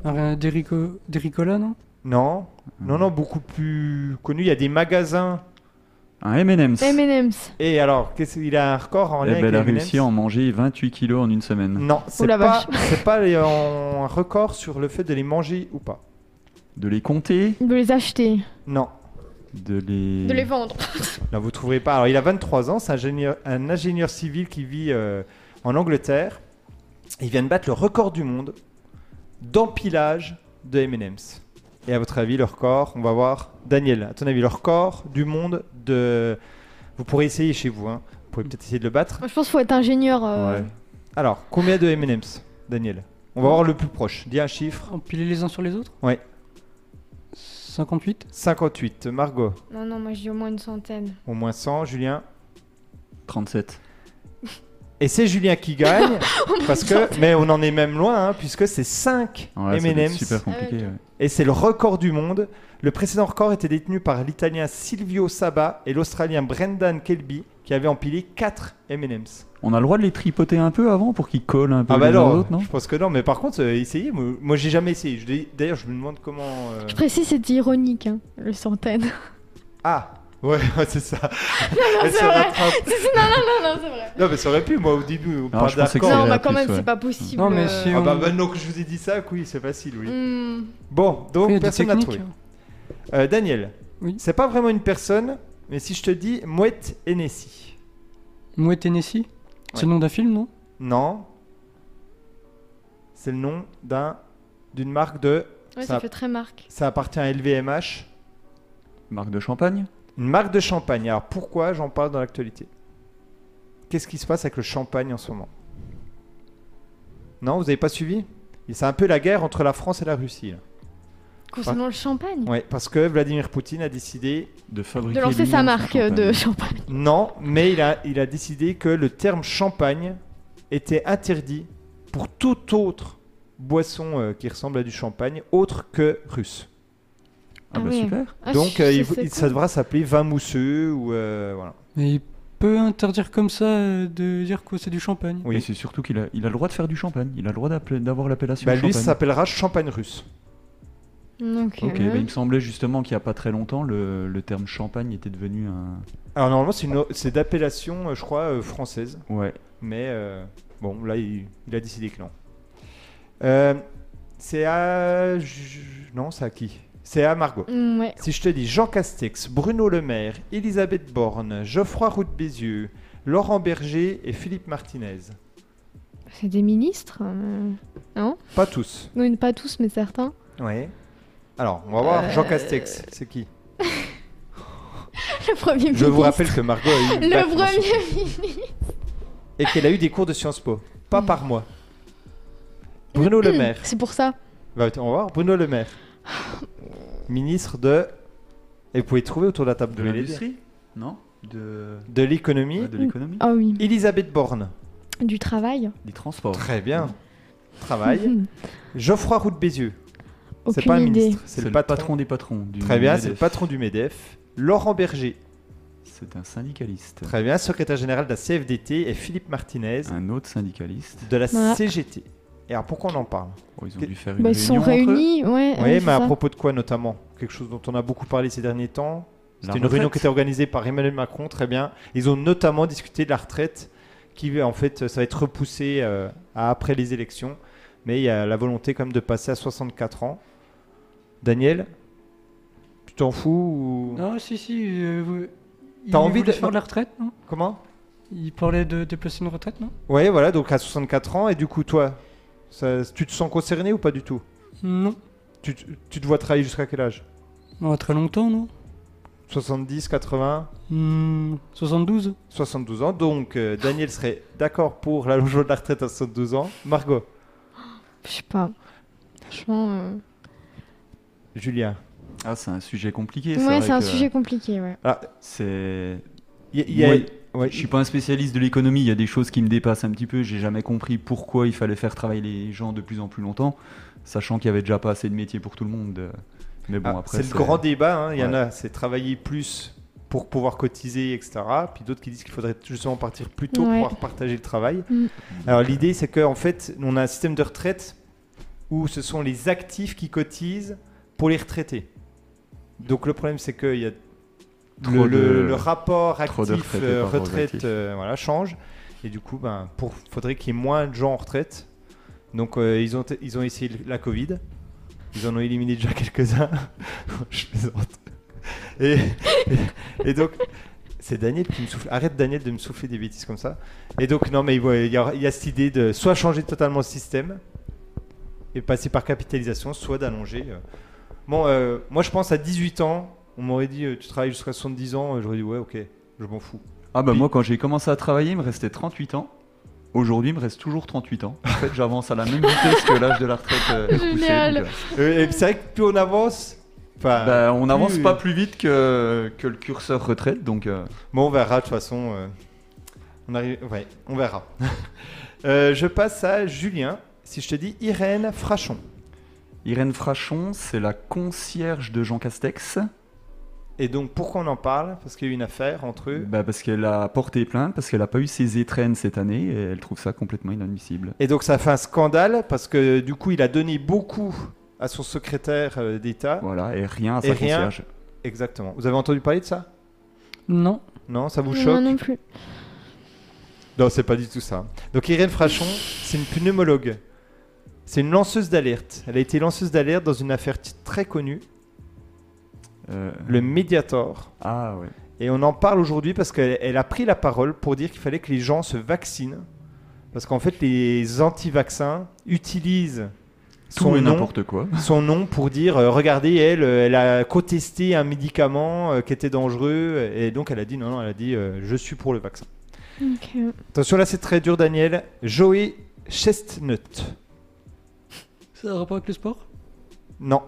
B: Un des, rico... des ricolas, euh, non
A: Non.
C: Ah.
A: Non, non, beaucoup plus connu. Il y a des magasins.
C: Un M&M's.
D: MM's.
A: Et alors, qu'est-ce qu'il a un record en
C: Eh
A: lien
C: ben,
A: avec
C: elle a
A: les Mm. M&M's?
C: réussi à en manger 28 kilos en une semaine.
A: Non, c'est
D: la
A: pas,
D: vache.
A: c'est pas les- en- un record sur le fait de les manger ou pas.
C: De les compter,
D: De les acheter.
A: Non.
C: de les...
D: De les vendre.
A: Non, vous trouverez pas. Alors, il a 23 ans, c'est un ingénieur, un ingénieur civil qui vit euh, en Angleterre. Il vient de battre le record du monde d'empilage de M&M's. Et à votre avis, le record On va voir. Daniel, à ton avis, le record du monde de. Vous pourrez essayer chez vous, hein. Vous pourrez peut-être essayer de le battre.
D: Moi, je pense qu'il faut être ingénieur. euh,
A: Ouais. Alors, combien de MM's, Daniel On va voir le plus proche. Dis un chiffre.
B: Empiler les uns sur les autres
A: Ouais.
B: 58
A: 58. Margot,
D: Non, non, moi, je dis au moins une centaine.
A: au moins 100. Julien.
C: 37.
A: Et c'est Julien qui
D: [laughs]
A: gagne.
D: Oh
A: parce que, mais on en est même loin, hein, puisque c'est 5
C: Ouais, ça doit être
A: MM's.
C: super compliqué.
D: Ah ouais,
C: ouais.
A: Et c'est le record du monde. Le précédent record était détenu par l'Italien Silvio Saba et l'Australien Brendan Kelby qui avaient empilé 4 M&M's.
C: On a le droit de les tripoter un peu avant pour qu'ils collent un peu
A: Ah bah
C: les uns aux
A: non,
C: autres, non
A: je pense que non. Mais par contre, euh, essayez. Moi, moi, j'ai jamais essayé. Je l'ai- D'ailleurs, je me demande comment. euh,
D: Je précise, c'est ironique, hein, le centaine. [laughs]
A: Ah. Ouais, [laughs] c'est ça. Elle
D: c'est
A: se
D: vrai.
A: rattrape.
D: Si, si, non, non, non, non, c'est vrai.
A: Non, mais ça aurait pu, moi, au début, on
C: Ah,
A: parle
C: je pensais que
A: d'accord.
C: c'est-
D: Non,
C: la
D: bah quand
C: plus,
D: même,
C: ouais.
D: c'est pas possible.
B: Non, mais
D: euh,
B: si
A: Ah bah
B: on-
A: maintenant que je vous ai dit ça, oui, c'est facile, oui.
D: hmm.
A: Bon, donc
B: Il y a des
A: Oh, personne n'a
B: techniques.
A: trouvé. Euh, Daniel,
B: Oui.
A: c'est pas vraiment une personne, mais si je te dis Mouette Hennessy.
B: Mouet Tennessee C'est le nom d'un film, non
A: Non. C'est le nom d'un d'une marque de.
D: Ouais,
A: ça,
D: ça fait très marque.
A: ça appartient à LVMH.
C: Marque de champagne
A: Une marque de champagne. Alors pourquoi j'en parle dans l'actualité Qu'est-ce qui se passe avec le champagne en ce moment Non, vous n'avez pas suivi Et C'est un peu la guerre entre la France et la Russie. là.
D: Concernant le champagne.
A: Ouais, parce que Vladimir Poutine a décidé
C: De fabriquer.
D: De lancer sa
C: lui-même
D: marque
C: son
D: euh, de
C: champagne.
D: champagne.
A: non, mais il a, il a décidé que le terme champagne était interdit pour toute autre boisson euh, qui ressemble à du champagne autre que russe.
C: Ah bah
D: Ah ouais.
C: super.
D: Ah,
A: Donc
D: je-
A: euh,
D: je
A: il-
D: sais
A: il-
D: quoi.
A: ça devra s'appeler vin mousseux ou euh, voilà.
B: Mais il peut interdire comme ça euh, de dire que c'est du champagne.
A: Oui.
C: Et c'est surtout qu'il a, il a le droit de faire du champagne. Il a le droit d'appeler- d'avoir l'appellation
A: Bah,
C: champagne.
A: lui ça s'appellera champagne russe.
D: Donc,
C: Ok,
D: euh,
C: bah, il me semblait justement qu'il n'y a pas très longtemps, le, le terme champagne était devenu un.
A: Alors normalement c'est une- c'est d'appellation euh, je crois euh, française,
C: Ouais.
A: mais euh, bon là il, il a décidé que non. Euh, c'est à Ju- non c'est à qui C'est à Margot.
D: hmm, ouais.
A: Si je te dis Jean Castex, Bruno Le Maire, Elisabeth Borne, Geoffroy Roux de Bézieux, Laurent Berger et Philippe Martinez.
D: C'est des ministres euh,
A: Pas tous.
D: Non, pas tous, mais certains. [laughs]
A: Ouais. Alors on va voir Jean
D: Euh,
A: Castex, c'est qui
D: Le premier ministre.
A: Je vous rappelle que Margot a eu une
D: Le
A: bac mention
D: premier ministre.
A: et qu'elle a eu des cours de Sciences Po. Pas par mois. Bruno Le Maire.
D: C'est pour ça.
A: Bah, attends, on va voir. Bruno Le Maire. Ministre de. Et vous pouvez trouver autour de la table
C: De
A: vous pouvez les
C: l'industrie Non De,
A: dire. De l'économie.
C: de l'économie
D: Ah oui.
A: Elisabeth Borne.
D: Du travail.
C: Des transports.
A: Très bien.
D: [laughs]
A: Travail.
D: Mhm.
A: Geoffroy Roux de Bézieux. C'est
D: Aucune
A: pas un
D: idée.
A: ministre. C'est le patron.
C: des patrons. Du E
A: Très bien, c'est le
C: MEDEF.
A: patron du MEDEF. Laurent Berger.
C: C'est un syndicaliste.
A: Très bien. Secrétaire général de la CFDT. Et Philippe Martinez.
C: Un autre syndicaliste.
A: De la
D: Voilà.
A: CGT. Et alors pourquoi on en parle
C: Oh, ils ont
A: Qu'est-
C: dû faire une
D: Bah, ils
C: réunion
D: sont
C: entre eux.
D: réunis. Ouais,
A: Oui,
D: ouais, c'est
A: mais à
D: ça.
A: propos de quoi notamment Quelque chose dont on a beaucoup parlé ces derniers temps.
C: La
A: C'était une réunion qui
C: retraite.
A: était organisée par Emmanuel Macron, très bien. Ils ont notamment discuté de la retraite, qui en fait, ça va être repoussé euh, à après les élections. Mais il y a la volonté quand même de passer à 64 ans. Daniel, tu t'en fous ou...
B: Ah, si, si. euh, vous- il
A: T'as envie
B: voulait
A: de-
B: faire de la retraite, non
A: Comment
B: Il parlait de déplacer une retraite, non
A: Ouais, voilà, donc à 64 ans. Et du coup, toi, ça- tu te sens concerné ou pas du tout
B: Non.
A: tu, te- tu te vois travailler jusqu'à quel âge
B: Non, à très longtemps, non
A: 70, 80
B: Hmm, 72
A: 72 ans, donc euh, Daniel serait d'accord pour l'allongement de la retraite à 72 ans. Margot,
D: Je sais pas. Franchement. euh,
A: Julien,
C: Ah, c'est un sujet compliqué.
D: Ouais,
C: vrai
D: c'est un
C: que
D: sujet compliqué, ouais.
C: C'est.
A: il y, a- il y a-
C: Moi,
A: ouais,
C: Je suis pas un spécialiste de l'économie. Il y a des choses qui me dépassent un petit peu. J'ai jamais compris pourquoi il fallait faire travailler les gens de plus en plus longtemps, sachant qu'il y avait déjà pas assez de métiers pour tout le monde. Mais bon,
A: Ah,
C: après.
A: c'est le grand débat. hein. Il y en
C: Ouais.
A: a, c'est travailler plus pour pouvoir cotiser, etc. Puis d'autres qui disent qu'il faudrait justement partir plus tôt pour
D: Ouais.
A: pouvoir partager le travail.
D: Mm.
A: Alors l'idée, c'est qu'en fait, on a un système de retraite où ce sont les actifs qui cotisent pour les retraités. Donc le problème, c'est qu'il y a
C: Trop
A: le, le-
C: de-
A: le rapport
C: trop
A: actif-retraite
C: de retraités par rapport aux actifs.
A: euh, voilà, change. Et du coup, ben, pour, faudrait qu'il y ait moins de gens en retraite. Donc euh, ils, ont, ils ont essayé la Covid. Ils en ont éliminé déjà quelques-uns. [laughs] Je plaisante. Et, et, et donc, c'est Daniel qui me souffle. Arrête Daniel de me souffler des bêtises comme ça. Et donc, non, mais il voit- il y, a- il y a cette idée de soit changer totalement le système et passer par capitalisation, soit d'allonger. euh. Bon, euh, moi je pense à 18 ans, on m'aurait dit euh, tu travailles jusqu'à 70 ans, euh, j'aurais dit ouais ok, je m'en fous.
C: Ah bah
A: Puis-
C: moi quand j'ai commencé à travailler, il me restait 38 ans. Aujourd'hui, il me reste toujours 38 ans. En fait, j'avance à la même vitesse que l'âge de la retraite euh, est poussé,
D: Génial.
C: donc, euh,
A: Euh, et c'est vrai que plus on avance, enfin,
C: bah, on n'avance
A: plus-
C: pas plus vite que, que le curseur retraite, donc euh,
A: Bon, on verra de toute façon. euh, on arrive... Ouais, on verra. [laughs] Euh, je passe à Julien. Si je te dis Irène Frachon.
C: Irène Frachon, c'est la concierge de Jean Castex.
A: Et donc, pourquoi on en parle Parce qu'il y a eu une affaire entre eux.
C: Bah, parce qu'elle a porté plainte, parce qu'elle n'a pas eu ses étrennes cette année, et elle trouve ça complètement inadmissible.
A: Et donc, ça fait un scandale parce que du coup, il a donné beaucoup à son secrétaire euh, d'État.
C: Voilà, et rien à
A: Et
C: sa
A: rien.
C: concierge.
A: Exactement. Vous avez entendu parler de ça
B: Non.
A: Non, ça vous
D: Moi
A: choque
D: non plus.
A: Non, c'est pas du tout ça. Donc Irène Frachon, c'est une pneumologue. C'est une lanceuse d'alerte. Elle a été lanceuse d'alerte dans une affaire t- très connue,
C: Euh,
A: le Mediator.
C: Ah ouais.
A: Et on en parle aujourd'hui parce qu'elle elle a pris la parole pour dire qu'il fallait que les gens se vaccinent. Parce qu'en fait, les anti-vaccins utilisent
C: Tout
A: son
C: et
A: nom, [laughs]
C: n'importe quoi.
A: son nom pour dire euh, regardez, elle, euh, elle a contesté un médicament euh, qui était dangereux. Et donc, elle a dit non, non, elle a dit euh, je suis pour le vaccin.
D: Ok.
A: Attention, là, c'est très dur, Daniel. Joey Chestnut.
B: Ça a un rapport avec le sport
A: Non.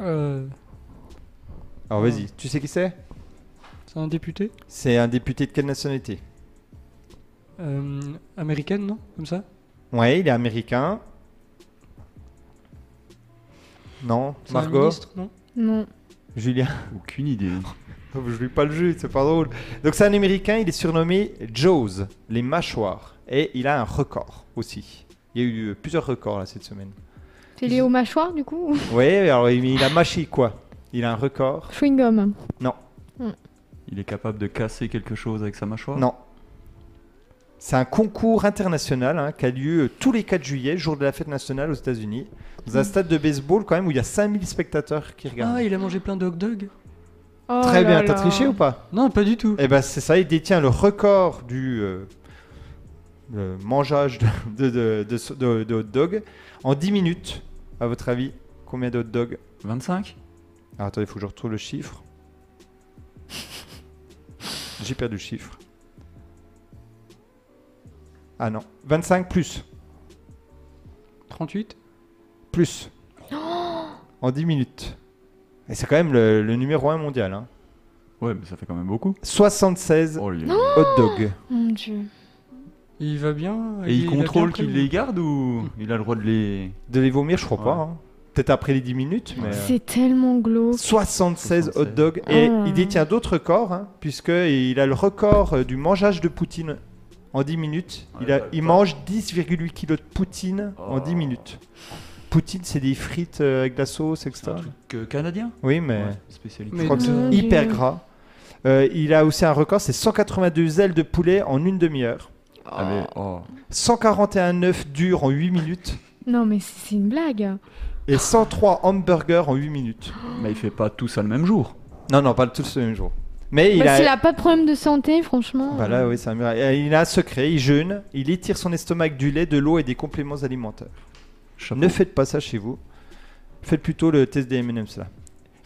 B: Euh,
A: Alors
B: Ah.
A: vas-y, tu sais qui c'est
B: C'est un député
A: C'est un député de quelle nationalité
B: Euh, Américaine, non Comme ça
A: Ouais, il est américain. Non,
B: C'est un
A: Margot,
B: ministre, non
D: Non.
A: Julien. [laughs]
C: Aucune idée.
A: Je lui pas le jeu, c'est pas drôle. Donc c'est un américain, il est surnommé Jaws, les mâchoires. Et il a un record aussi. Il y a eu euh, plusieurs records là cette semaine.
D: C'est lié aux mâchoires du coup ou [laughs]
A: Ouais, alors il il a mâché quoi Il a un record
D: Chewing gum.
C: Il est capable de casser quelque chose avec sa mâchoire
A: Non. C'est un concours international hein, qui a lieu tous les 4 juillet, jour de la fête nationale aux États-Unis,
D: Mmh.
A: dans un stade de baseball quand même où il y a 5000 spectateurs qui regardent.
B: Ah, il a mangé plein de hot dogs
D: Oh
A: Très
D: là
A: bien, t'as
D: là.
A: triché ou pas
B: Non, pas du tout.
A: Eh ben c'est ça, il détient le record du euh, le mangeage de, de, de, de- de- de hot dog en 10 minutes. À votre avis, combien de hot dog
C: 25
A: Alors attendez, il faut que je retrouve le
C: [laughs]
A: chiffre. J'ai perdu le chiffre. Ah non, 25 plus.
B: 38
A: Plus.
C: Oh
A: en 10 minutes. Et c'est quand même le, le numéro 1 mondial. hein.
C: Ouais, mais ça fait quand même beaucoup.
A: 76
C: Oh, lui.
A: hot dogs.
D: Mon dieu.
B: Il va bien
C: Et il,
B: a
C: contrôle
B: bien pris
C: qu'il
B: le-
C: les garde ou il a le droit de les.
A: De les vomir, je crois pas.
C: Ouais.
A: hein. Peut-être après les 10 minutes, mais. euh,
D: C'est tellement glauque.
A: 76 hot dogs. Et
D: Ah.
A: il détient d'autres records, hein, puisqu'il a le record euh, du mangeage de Poutine en 10 minutes.
C: Ouais,
A: Ah, Il, a-
C: t'as-
A: il
C: t'as-
A: mange 10,8 kilos de Poutine en
C: Oh.
A: 10 minutes. Poutine, c'est des frites euh, avec de la sauce,
C: C'est
A: etc.
C: un truc euh, canadien
A: Oui, mais
C: Ouais, spécialité.
A: je
B: Mais
A: crois que c'est
D: non,
A: hyper
D: j'ai-
A: gras. Euh, il a aussi un record, c'est 182 ailes de poulet en une demi-heure.
C: Ah, mais, oh.
A: 141 œufs durs en 8 minutes.
D: Non mais c'est c'est une blague.
A: Et 103 hamburgers en 8 minutes.
C: Mais il fait pas tout ça le même jour.
A: Non, non, pas tous le même jour. Mais il
D: Bah,
A: a...
D: S'il a pas de problème de santé, franchement.
A: Bah là, oui, c'est un miracle. Et Il a un secret, il jeûne, il étire son estomac avec du lait, de l'eau et des compléments alimentaires.
C: Chapeau. [laughs]
A: Ne faites pas ça chez vous. Faites plutôt le test des M&M's là.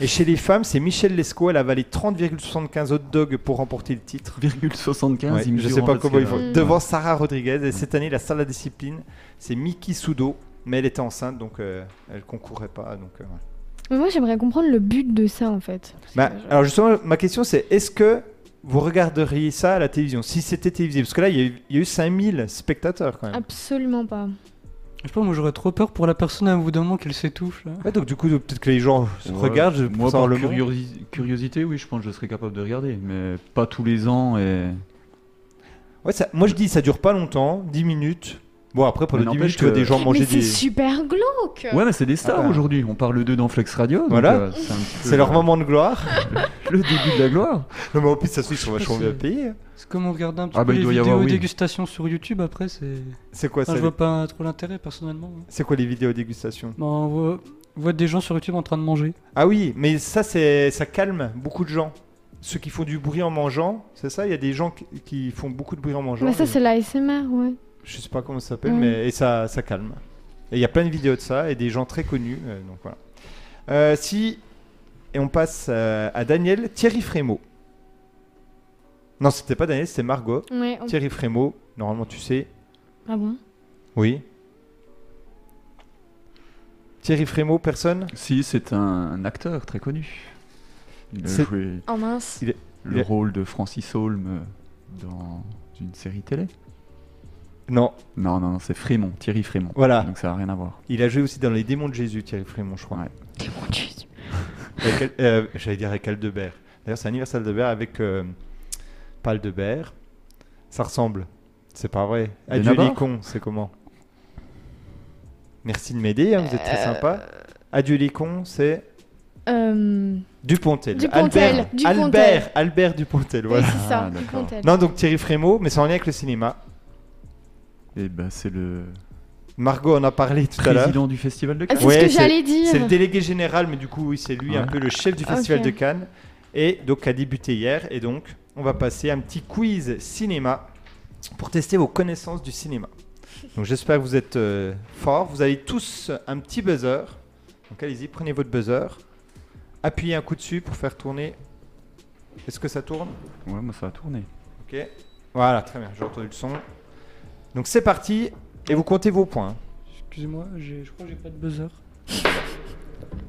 A: Et chez les femmes, c'est Michel Lescaut, elle a avalé 30,75 hot dogs pour remporter le titre.
C: 0,75,
A: Ouais,
C: il me
A: je
C: dit,
A: sais
C: en
A: pas
C: fait,
A: comment
C: c'est-
A: il faut.
D: Mm.
A: Devant Sarah Rodriguez, et cette année, la salle à discipline, c'est Miki Sudo, mais elle était enceinte, donc euh, elle concourait pas. Donc, euh, voilà.
D: Mais moi j'aimerais comprendre le but de ça en fait.
A: Bah,
D: Parce que je-
A: alors justement, ma question c'est est-ce que vous regarderiez ça à la télévision si c'était télévisé Parce que là, il y a eu, il y a eu 5000 spectateurs quand même.
D: Ah Absolument pas.
B: Je sais pas, moi j'aurais trop peur pour la personne à un bout d'un moment qu'elle s'étouffe. là.
A: Ouais, donc du coup, peut-être que les gens se
C: Ouais.
A: regardent pour
C: Moi,
A: savoir
C: par
A: le moment.
C: curiosi- curiosité, oui, je pense que je serais capable de regarder, mais pas tous les ans. Et...
A: Ouais, ça- moi je dis, ça dure pas longtemps, 10 minutes. Bon, après,
C: Mais
A: pendant 10
C: n'empêche
A: minutes, tu vois
C: que-
A: des gens
D: Mais
A: manger
D: c'est
A: des.
D: super glauque.
C: Ouais, mais c'est des stars
A: bah.
C: aujourd'hui. On parle d'eux dans Flex Radio. donc,
A: Voilà.
C: euh, c'est un petit peu
A: C'est leur moment de gloire. [laughs]
C: Le début de la gloire.
A: non, mais en plus, ça se trouve, ils sont
B: Je sais
A: vachement
B: pas,
A: bien
B: c'est-
A: payés. hein.
B: C'est comme on regarde un petit
C: Ah,
B: peu
C: bah, il
B: les
C: doit y
B: vidéos
C: avoir, oui.
B: dégustation sur YouTube après, c'est.
A: C'est quoi
C: Ah,
B: Enfin,
A: ça
B: je vois pas trop l'intérêt personnellement. hein.
A: C'est quoi les vidéos dégustation
B: Bah, on voit, on voit des gens sur YouTube en train de manger.
A: Ah oui, mais ça, c'est ça calme beaucoup de gens. Ceux qui font du bruit en mangeant, c'est ça Il y a des gens qui- qui font beaucoup de bruit en mangeant.
D: mais Bah, ça
A: et-
D: c'est l'ASMR, ouais.
A: Je sais pas comment ça s'appelle,
D: Ouais.
A: mais et ça, ça calme. Et il y a plein de vidéos de ça et des gens très connus. euh, donc voilà. Euh, si. Et on passe euh, à Daniel Thierry Frémaux. Non, c'était pas Daniel, c'était Margot.
D: Ouais, on-
A: Thierry Frémaux, normalement tu sais.
D: Ah bon
A: Oui. Thierry Frémaux, personne
C: Si, c'est un acteur très connu. Il a
A: C'est-
C: joué
D: Oh mince.
C: le
A: il a-
C: rôle de Francis Holm euh, dans une série télé.
A: Non,
C: Non, non, non, c'est Frémont, Thierry Frémont.
A: voilà.
C: Donc ça n'a rien à voir.
A: Il a joué aussi dans Les démons de Jésus, Thierry Frémaux, je crois.
C: Ouais.
D: Mon Dieu.
A: Avec Al- euh, J'allais dire avec Aldebert. D'ailleurs, c'est un anniversaire d'Aldebert avec. euh, pas Aldebert. Ça ressemble. C'est pas vrai. Adieu
C: Benabar
A: les cons, c'est comment Merci de m'aider, hein, vous êtes très sympa. Adieu les cons, c'est.
D: Euh,
A: Dupontel.
D: Dupontel,
A: Albert,
D: Dupontel.
A: Albert, Albert Dupontel, voilà.
D: Oui, c'est ça,
C: Ah,
D: du
C: d'accord.
D: Pontel.
A: Non, donc Thierry Frémaux, mais c'est en lien avec le cinéma.
C: Et ben c'est le
A: Margot en a parlé tout à l'heure.
C: président du Festival de
D: Ah,
C: Cannes.
D: c'est
A: Ouais,
D: ce que
A: c'est-
D: j'allais
A: C'est le
D: dire.
A: délégué général, mais du coup, oui, c'est lui un
C: Ouais.
A: peu le chef du Festival
D: Ok.
A: de Cannes. Et donc, a débuté hier. Et donc, on va passer un petit quiz cinéma pour tester vos connaissances du cinéma. Donc, j'espère que vous êtes euh, forts. Vous avez tous un petit buzzer. Donc, allez-y, prenez votre buzzer. Appuyez un coup dessus pour faire tourner. Est-ce que ça tourne
C: Ouais, moi ça a tourné.
A: Ok. Voilà, très bien. J'ai entendu le son. Donc, c'est parti. Et vous comptez vos points.
B: Excusez-moi, j'ai- je crois que j'ai pas de buzzer.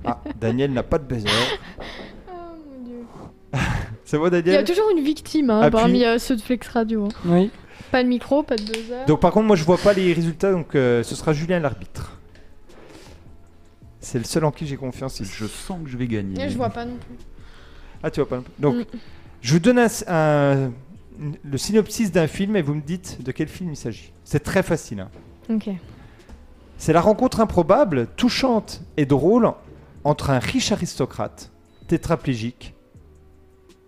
A: Ah, Daniel n'a pas de buzzer.
D: Oh, mon Dieu.
A: C'est bon,
D: Il y a
A: Daniel
D: toujours une victime hein,
A: Appuie.
D: parmi euh, ceux de Flex Radio. hein.
B: Oui.
D: Pas de micro, pas de buzzer.
A: Donc par contre, moi je vois pas les résultats, donc euh, ce sera Julien l'arbitre. C'est le seul en qui j'ai confiance ici.
C: Je sens que je vais gagner.
D: Et je vois pas non plus.
A: Ah tu vois pas. le- Donc
D: Mm.
A: je vous donne un, un- le synopsis d'un film et vous me dites de quel film il s'agit. C'est très facile. hein.
D: Ok.
A: C'est la rencontre improbable, touchante et drôle entre un riche aristocrate tétraplégique.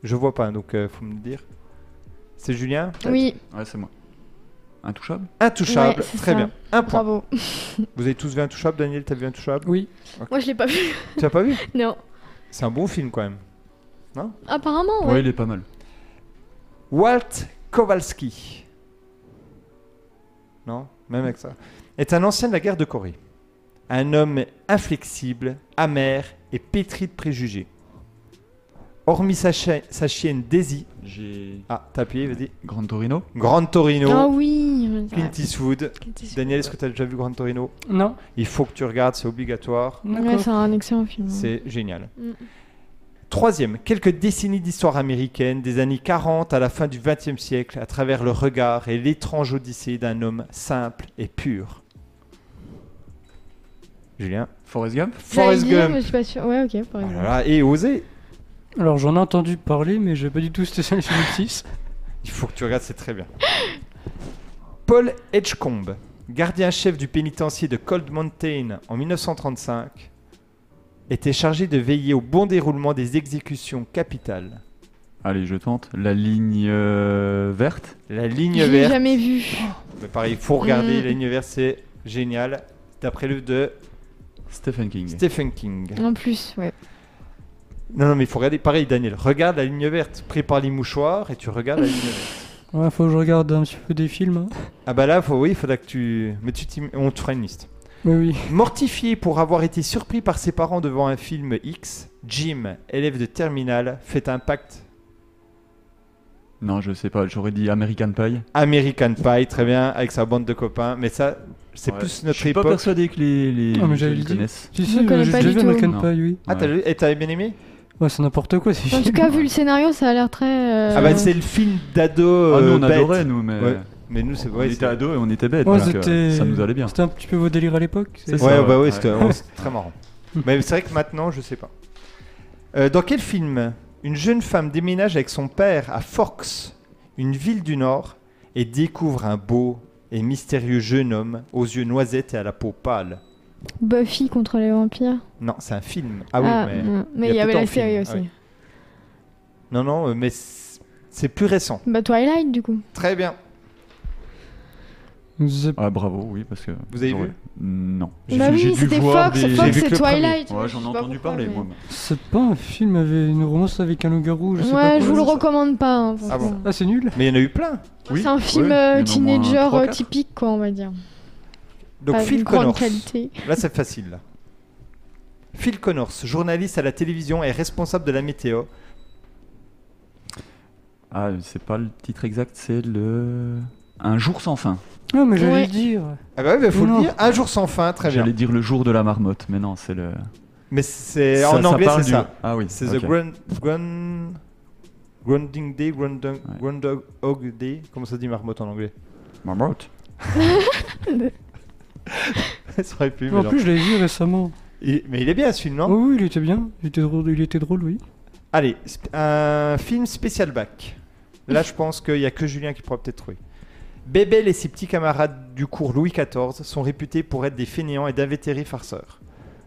A: Je vois pas, donc euh, faut me dire. C'est Julien
D: Oui,
C: Ouais, c'est moi. Intouchable
A: Intouchable,
D: Ouais, c'est
A: très
D: ça.
A: bien. Un point.
D: bravo. [laughs]
A: Vous avez tous vu Intouchable, Daniel, t'as vu Intouchable
B: Oui.
D: Moi je l'ai pas vu.
A: Tu as pas vu
D: Non.
A: C'est un bon film quand même.
D: Apparemment, ouais.
C: il est pas mal.
A: Walt Kowalski. Non, même avec ça. Est un ancien de la guerre de Corée. Un homme inflexible, amer et pétri de préjugés. Hormis sa, chi- sa chienne Daisy.
C: J'ai.
A: Ah, t'as appuyé, vas-y.
C: Grand Torino
A: Grand Torino.
D: Ah oui.
A: Clint Eastwood.
D: Clint Eastwood.
A: Daniel, est-ce que t'as déjà vu Grand Torino
B: Non.
A: Il faut que tu regardes, c'est obligatoire.
D: Ouais,
B: D'accord.
D: c'est un excellent film. hein.
A: C'est génial.
D: Mm.
A: Troisième, quelques décennies d'histoire américaine, des années 40 à la fin du XXe siècle, à travers le regard et l'étrange odyssée d'un homme simple et pur. Julien
C: Forrest Gump
D: J'allais
A: Forrest
D: dire,
A: Gump
D: mais je suis pas sûre. Ouais, ok. Forrest
A: Oh là
D: Gump.
A: là, Et osé
B: Alors j'en ai entendu parler, mais j'ai pas du tout [laughs] c'était ça le synopsis.
A: Il faut que tu regardes, c'est
D: [laughs]
A: très bien. Paul Edgecombe, gardien-chef du pénitencier de Cold Mountain en 1935, était chargé de veiller au bon déroulement des exécutions capitales.
C: Allez, je tente. La ligne euh, verte
A: La ligne
D: Je l'ai
A: verte.
D: jamais vu.
A: Mais pareil, il faut regarder
D: Mm.
A: l'univers, c'est génial. D'après le de
C: Stephen King.
A: Stephen King.
D: En plus, [laughs] ouais.
A: Non, non, mais il faut regarder. Pareil, Daniel, regarde la ligne verte. Prépare les mouchoirs et tu regardes la ligne verte.
B: Ouais, faut que je regarde un petit peu des films. hein.
A: Ah bah là, faut, oui, il faudra que tu... Mais tu t'y- on te fera une liste.
B: Mais oui.
A: Mortifié pour avoir été surpris par ses parents devant un film X, Jim, élève de terminale, fait un pacte
C: Non, je sais pas, j'aurais dit American Pie.
A: American Pie, très bien, avec sa bande de copains. Mais ça, c'est
C: Ouais.
A: plus
C: Je
A: notre
C: suis pas
A: époque.
C: persuadé que les, les,
B: Ah, mais
C: les
B: j'allais
C: gens
B: le dire.
C: connaissent.
B: Si,
D: Je
B: si,
D: connais
B: j'ai
D: pas
B: déjà
D: du
B: vu
D: tout.
B: American Pie, oui.
A: Ah, t'as
C: Ouais.
A: lu et t'avais bien aimé
B: Ouais, c'est n'importe quoi ces
D: En tout
B: films.
D: cas, vu le scénario, ça a l'air très. euh,
A: Ah bah c'est le film d'ado.
C: Ah, nous
A: euh,
C: on
A: bête.
C: adorait, nous, mais. euh,
A: Ouais. Mais nous, c'est
C: On
A: ouais,
C: était
A: c'est-
C: ados et on était bêtes.
B: Ouais,
C: donc, euh,
B: c'était-
C: ça nous allait bien.
B: C'était un petit peu vos délires à l'époque. c'est-
C: C'est ça.
A: Ouais, bah
C: ouais.
A: oui, c'était
C: Ouais.
A: ouais, c'était très marrant. Mais c'est vrai que maintenant, je sais pas. Euh, dans quel film une jeune femme déménage avec son père à Forks, une ville du Nord, et découvre un beau et mystérieux jeune homme aux yeux noisettes et à la peau pâle
D: Buffy contre les vampires.
A: Non, c'est un film. Ah, oui, mais.
D: mm.
A: il y a
D: il y avait
A: tout
D: la
A: en film,
D: série
A: ah
D: aussi.
A: Non, non, euh, mais c'est c'est plus récent.
D: Bah Twilight, du coup.
A: Très bien.
B: The-
C: Ah, bravo, oui, parce que.
A: Vous avez
C: j'aurais-
A: vu
C: Non.
D: Bah
C: J'ai- j'ai
D: oui,
C: dû
D: c'était
C: voir
D: Fox.
C: des- j'ai
D: Fox,
A: vu
D: c'est
A: que le premier.
D: Twilight.
C: Ouais,
D: je
C: j'en
D: sais
C: ai
D: pas
C: entendu
D: pourquoi,
C: parler,
D: mais-
C: moi.
B: C'est pas un film avec une romance avec un loup-garou, je sais pas.
D: Ouais, je vous le
B: quoi.
D: recommande pas. hein,
A: Ah bon.
D: franchement.
B: Ah, c'est nul
A: Mais il y en a eu plein.
C: Oui,
D: C'est un film
C: ouais,
D: euh,
C: il y en a au moins
D: teenager
C: trois,
D: euh,
C: quatre.
D: typique, quoi, on va dire.
A: Donc
D: Pas
A: Phil
D: une grande
A: Connors.
D: qualité.
A: Là, c'est facile. là. Phil Connors, journaliste à la télévision et responsable de la météo.
C: Ah, c'est pas le titre exact, c'est le. Un jour sans fin.
B: Non, mais j'allais
D: Ouais.
B: le dire.
A: Ah bah oui, bah, faut
B: Non.
A: le dire. Un jour sans fin, très bien.
C: J'allais dire le jour de la marmotte, mais non, c'est le.
A: Mais c'est
C: Ça-
A: en
C: ça
A: anglais,
C: parle
A: c'est
C: du-
A: ça.
C: Ah oui.
A: C'est
C: ok.
A: the grand, grand, Grounding Day, Groundhog
C: Ouais.
A: Groundhog Day. Comment ça se dit marmotte en anglais [laughs]
C: Marmotte.
A: Ça aurait pu, mais
B: En
A: non.
B: plus, je l'ai vu récemment.
A: Il- mais il est bien ce film, non
B: Oh oui, il était bien. Il était drôle, il était drôle oui.
A: Allez, sp- un film spécial bac. Là, je pense qu'il n'y a que Julien qui pourra peut-être trouver. Bébel et ses petits camarades du cours Louis XIV sont réputés pour être des fainéants et d'invétérés farceurs.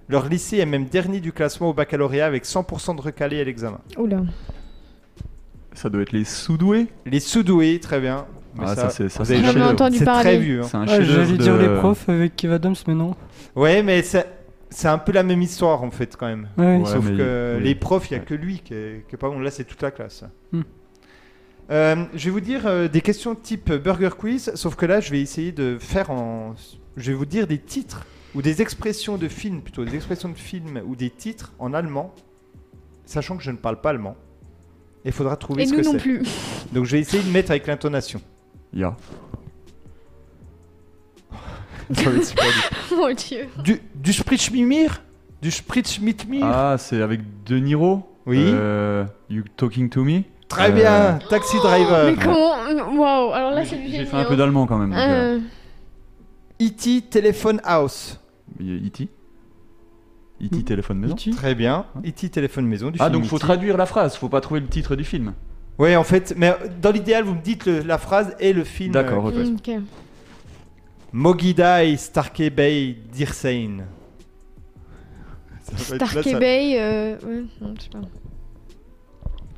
A: Leur lycée est même dernier du classement au baccalauréat avec 100% de recalés à l'examen.
D: Oula.
C: Ça doit être les soudoués.
A: Les sous-doués, très bien. Mais
C: Ah, ça, c'est- ça,
A: vous
C: c'est
A: avez
C: un
A: jamais
C: chef-d'œuvre.
D: entendu
A: C'est très
D: parler.
A: vieux. hein.
C: C'est un
B: Ah,
C: chef-d'œuvre
B: j'allais dire
C: de-
B: les profs avec Kev Adams, mais non.
A: Ouais, mais c'est c'est un peu la même histoire en fait quand même.
B: Ouais.
C: Ouais.
A: Sauf
C: mais-
A: que
C: oui.
A: les profs, il n'y a
C: Ouais.
A: que lui qui est, qui est pas bon. Là, c'est toute la classe.
B: Hmm.
A: Euh, je vais vous dire euh, des questions type Burger Quiz, sauf que là, je vais essayer de faire en. Je vais vous dire des titres ou des expressions de films, plutôt des expressions de films ou des titres en allemand, sachant que je ne parle pas allemand. Il faudra trouver
D: Et
A: ce
D: nous
A: que
D: non
A: c'est.
D: plus. [laughs]
A: Donc, je vais essayer de mettre avec l'intonation.
C: Ya.
A: Ça va être super dur.
D: Mon dieu.
A: du, du Spritzmimir Du Spritzmitmir
C: Ah, c'est avec De Niro.
A: Oui.
C: Euh, you talking to me.
A: Très
C: Euh,
A: bien Taxi Driver
D: Mais comment Waouh. Alors là,
C: mais
D: c'est du
C: J'ai
D: génie.
C: fait un
D: hein.
C: peu d'allemand quand même. donc, euh,
D: Euh,
A: E.T. E Telephone House.
C: E.T. E.T. E téléphone maison.
B: E.T..
A: Très bien.
C: Hein
A: E.T. Téléphone Maison du
C: Ah,
A: E film E
C: donc faut
A: E.T..
C: traduire la phrase, faut pas trouver le titre du film.
A: Oui, en fait, mais dans l'idéal, vous me dites le- la phrase et le film.
C: D'accord,
A: euh,
C: ok.
A: qui passe.
D: ok.
A: Mogidai Starkey Bay Dirsein. Ça va être- là,
D: Starkey
A: ça-
D: Bay. euh, ouais, non, je sais pas.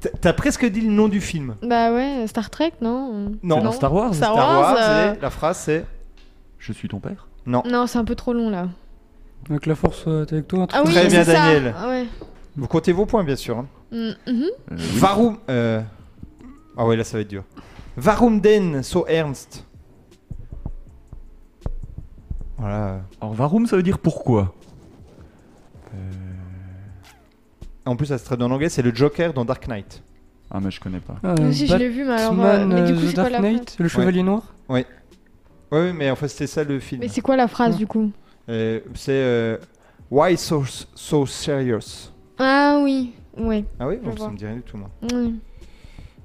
A: T'as- T'as presque dit le nom du film.
D: Bah ouais, Star Trek, non
A: Non.
C: C'est dans Star Wars
D: Star
A: Star Wars,
D: Wars, euh,
A: et la phrase c'est.
C: Je suis ton père.
A: Non.
D: Non, c'est un peu trop long là.
B: Donc la force soit avec toi. un truc
D: Ah oui,
A: Très bien,
D: c'est ça.
A: Daniel.
D: Ah ouais.
A: Vous comptez vos points, bien sûr. hein.
D: Mm, mhm.
C: Euh, oui.
A: Varum. euh, Ah ouais, là, ça va être dur. Varum denn so ernst Voilà. euh,
C: Alors, varum, ça veut dire pourquoi Euh,
A: En plus, ça se traduit en anglais, c'est le Joker dans Dark Knight.
C: Ah, mais je connais pas.
B: Ah,
D: Moi aussi, je l'ai vu, mais alors. euh,
B: Batman,
D: mais du
B: euh,
D: coup,
B: The
D: c'est quoi
B: Dark
D: la phrase
B: Knight, le Chevalier Noir.
A: Ouais, ouais, mais en fait, c'était ça le film.
D: Mais c'est quoi la phrase
B: Ouais.
D: du coup
A: Euh, c'est euh, Why so, so serious
D: Ah oui, ouais.
A: Ah oui,
D: Je
A: bon, ça
D: vois.
A: me dit rien du tout, moi.
D: ouais.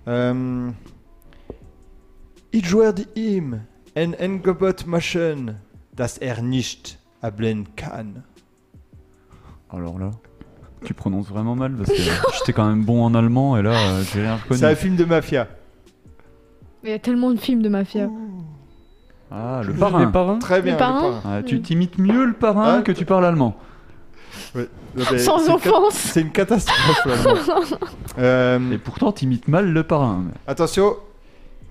A: Euh, It were him an angebot machen, dass er nicht hablen kann.
C: Alors là, tu prononces vraiment mal parce que [laughs] j'étais quand même bon en allemand et là, euh, j'ai rien reconnu.
A: C'est un film de mafia.
D: Mais il y a tellement de films de mafia.
C: Ah, le
B: Les
C: parrain.
B: parrains.
A: Très bien. le
D: parrain
A: parrain.
C: Ah, tu t'imites mieux le parrain
A: Ah.
C: que tu parles allemand.
A: Ouais, non, mais
D: Sans
A: c'est une cat-
D: offense
A: C'est une catastrophe. là, moi.
D: [laughs]
A: Euh,
C: Et pourtant, t'imites mal le parrain.
A: attention.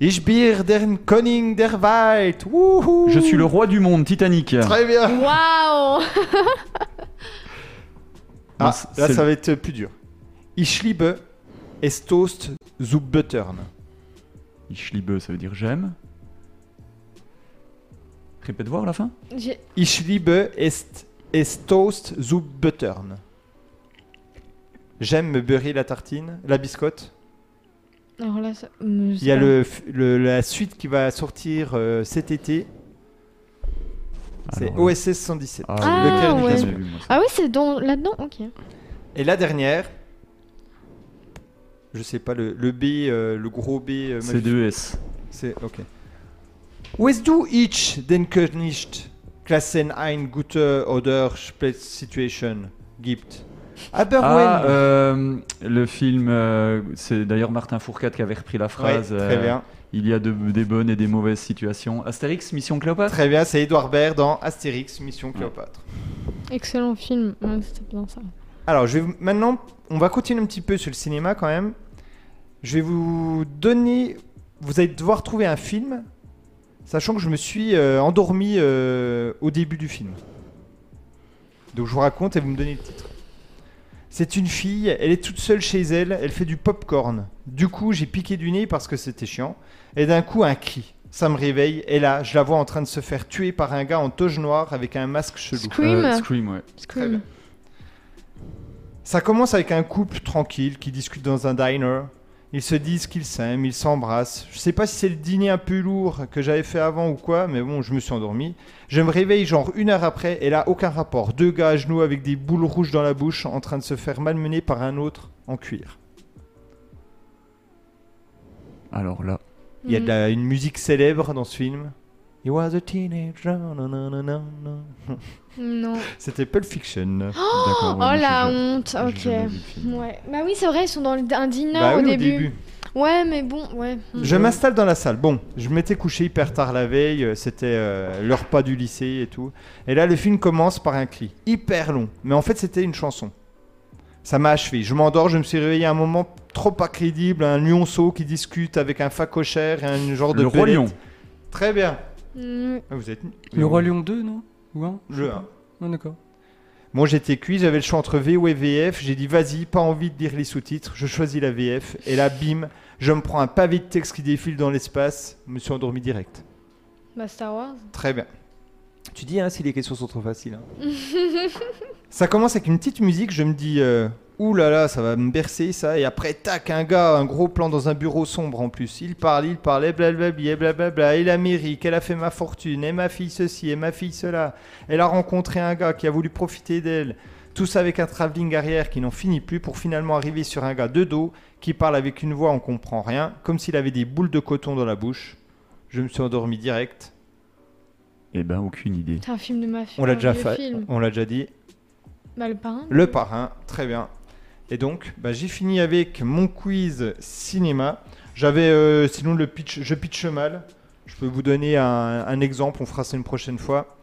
A: Ich bin der König der Welt. Wouhou.
C: Je suis le roi du monde, Titanic.
A: Très bien.
D: Waouh
A: Ah,
C: Non, c'est-
A: là,
C: c'est
A: ça
C: le-
A: va être plus dur. Ich liebe es Toast zu Buttern.
C: Ich liebe, ça veut dire j'aime. Répète voir la fin.
D: J'ai-
A: Ich liebe es, es Toast zu Buttern. J'aime me beurrer la tartine, la biscotte.
D: Alors là, ça... hum, je sais
A: Il y a
D: pas.
A: le, f- le- la suite qui va sortir euh, cet été. C'est
C: Alors là.
A: OSS 117.
C: Ah,
D: Ah,
C: oui,
D: ouais.
C: j'ai jamais vu, moi, ça.
D: Ah ouais, c'est dans... là-dedans Ok.
A: Et la dernière, je sais pas, le, le B, euh, le gros B. euh,
C: C'est
A: majuscule.
C: 2S.
A: C'est ok. Was du ich den König klassen ein gute oder schlechte Situation gibt? Aber
C: Ah,
A: when-
C: euh, le film, euh, c'est d'ailleurs Martin Fourcade qui avait repris la
A: Ouais,
C: phrase.
A: très
C: euh,
A: bien,
C: Il y a de- des bonnes et des mauvaises situations. Astérix, Mission Cléopâtre
A: très bien. C'est Edouard Baird dans Astérix, Mission Cléopâtre.
D: Excellent film. Ouais, C'était bien ça.
A: Alors, je vais vous- maintenant, on va continuer un petit peu sur le cinéma quand même. Je vais vous donner, vous allez devoir trouver un film, sachant que je me suis euh, endormi euh, au début du film. Donc je vous raconte et vous me donnez le titre. C'est une fille, elle est toute seule chez elle, elle fait du popcorn. Du coup, j'ai piqué du nez parce que c'était chiant. Et d'un coup, un cri. Ça me réveille, et là, je la vois en train de se faire tuer par un gars en toge noire avec un masque chelou.
D: Scream.
C: Euh, Scream, ouais.
A: Très bien.
D: Scream.
A: Ça commence avec un couple tranquille qui discute dans un diner. Ils se disent qu'ils s'aiment, ils s'embrassent. Je sais pas si c'est le dîner un peu lourd que j'avais fait avant ou quoi, mais bon, je me suis endormi. Je me réveille genre une heure après et là, aucun rapport. Deux gars à genoux avec des boules rouges dans la bouche en train de se faire malmener par un autre en cuir.
C: Alors là,
A: Il y a de la-
D: Mhm.
A: une musique célèbre dans ce film. He was a teenager. nananana.
D: Mm, Non.
A: C'était Pulp Fiction.
C: d'accord.
D: Oh
C: ouais,
D: la
C: je-
D: honte,
C: je- j'ai
D: ok.
C: jamais vu le film.
D: Ouais. Bah oui, c'est vrai, ils sont dans le- un dîner
A: Bah
D: au,
A: oui,
D: début. Ouais, mais bon, ouais. Mm.
A: Je m'installe dans la salle. Bon, je m'étais couché hyper tard la veille, euh, c'était euh, l'heure pas du lycée et tout. Et là, le film commence par un cri hyper long. Mais en fait, c'était une chanson. Ça m'a achevé. Je m'endors, je me suis réveillé à un moment trop pas crédible, un lionceau qui discute avec un facochère et un genre de
C: Le Roi
A: belette.
C: Lion.
A: Très bien.
D: Mm.
A: Ah, Vous êtes
B: Le Roi Lion 2, non Ou un
A: Le un.
B: Ah, d'accord.
A: Moi, j'étais cuit, j'avais le choix entre VO et VF. J'ai dit, vas-y, pas envie de lire les sous-titres. Je choisis la VF. Et là, bim, je me prends un pavé de texte qui défile dans l'espace. Je me suis endormi direct.
D: Bah Star Wars.
A: Très bien. Tu dis hein, si les questions sont trop faciles. hein. ça commence avec une petite musique, je me dis euh, ouh là là, ça va me bercer ça et après tac un gars, un gros plan dans un bureau sombre en plus. Il parle, il parlait blablabla, blablabla, et l'Amérique, elle a fait ma fortune, et ma fille ceci, et ma fille cela. Elle a rencontré un gars qui a voulu profiter d'elle. Tout ça avec un travelling arrière qui n'en finit plus pour finalement arriver sur un gars de dos qui parle avec une voix on comprend rien, comme s'il avait des boules de coton dans la bouche. Je me suis endormi direct.
C: Eh ben, aucune idée.
D: C'est un film de mafia.
A: On l'a
D: un
A: déjà
D: vieux
A: fait,
D: film.
A: on l'a déjà dit.
D: Bah le parrain.
A: Le parrain, très bien. Et donc, bah, j'ai fini avec mon quiz cinéma. J'avais, euh, sinon le pitch, je pitch mal. Je peux vous donner un, un exemple, on fera ça une prochaine fois.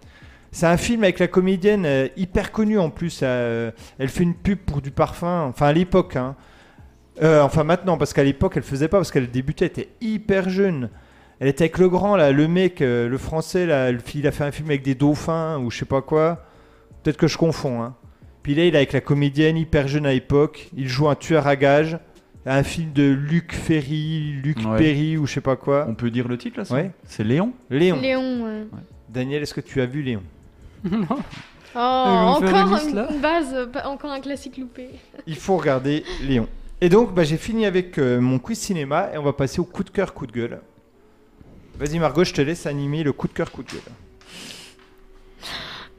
A: C'est un film avec la comédienne euh, hyper connue en plus. euh, elle fait une pub pour du parfum, enfin à l'époque. hein. Euh, enfin maintenant, parce qu'à l'époque elle faisait pas, parce qu'elle débutait, elle était hyper jeune. Elle était avec le grand, là, le mec, euh, le français, là, le- il a fait un film avec des dauphins ou je sais pas quoi. Peut-être que je confonds. Hein. Puis là, il est avec la comédienne hyper jeune à l'époque. Il joue un tueur à gages. Un film de Luc Ferry, Luc
C: Ouais.
A: Perry ou je sais pas quoi.
C: On peut dire le titre là ça
A: Ouais.
C: C'est Léon
A: Léon.
D: Léon. ouais.
A: Daniel, est-ce que tu as vu Léon
B: non.
D: Oh,
B: vont
D: encore
B: faire une liste, là
D: une base, euh, pas- encore un classique loupé.
A: Il faut regarder Léon. Et donc, bah, j'ai fini avec euh, mon quiz cinéma et on va passer au coup de cœur, coup de gueule. Vas-y Margot, je te laisse animer le coup de cœur, coup de gueule.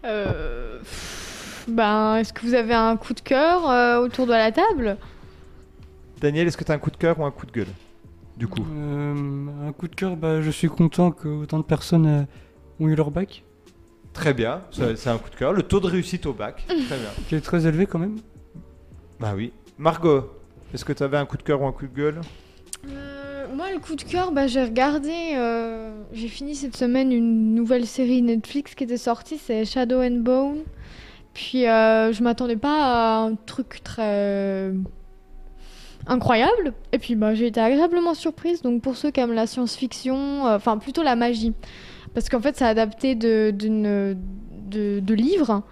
D: Euh, pff, Ben, est-ce que vous avez un coup de cœur euh, autour de la table
A: Daniel, est-ce que tu as un coup de cœur ou un coup de gueule Du coup.
B: Euh, un coup de cœur, bah, je suis content que autant de personnes euh, ont eu leur bac,
A: Très bien, ça- c'est un coup de cœur. Le taux de réussite au
D: [laughs]
A: bac, très bien.
B: qui est très élevé quand même.
A: Bah oui. Margot, est-ce que tu avais un coup de cœur ou un coup de gueule
D: Euh, moi, le coup de cœur, bah, j'ai regardé, euh, j'ai fini cette semaine une nouvelle série Netflix qui était sortie, c'est Shadow and Bone. Puis euh, je m'attendais pas à un truc très euh, incroyable. Et puis bah, j'ai été agréablement surprise. Donc pour ceux qui aiment la science-fiction, euh, enfin plutôt la magie, parce qu'en fait c'est adapté de, d'une- de, de livres.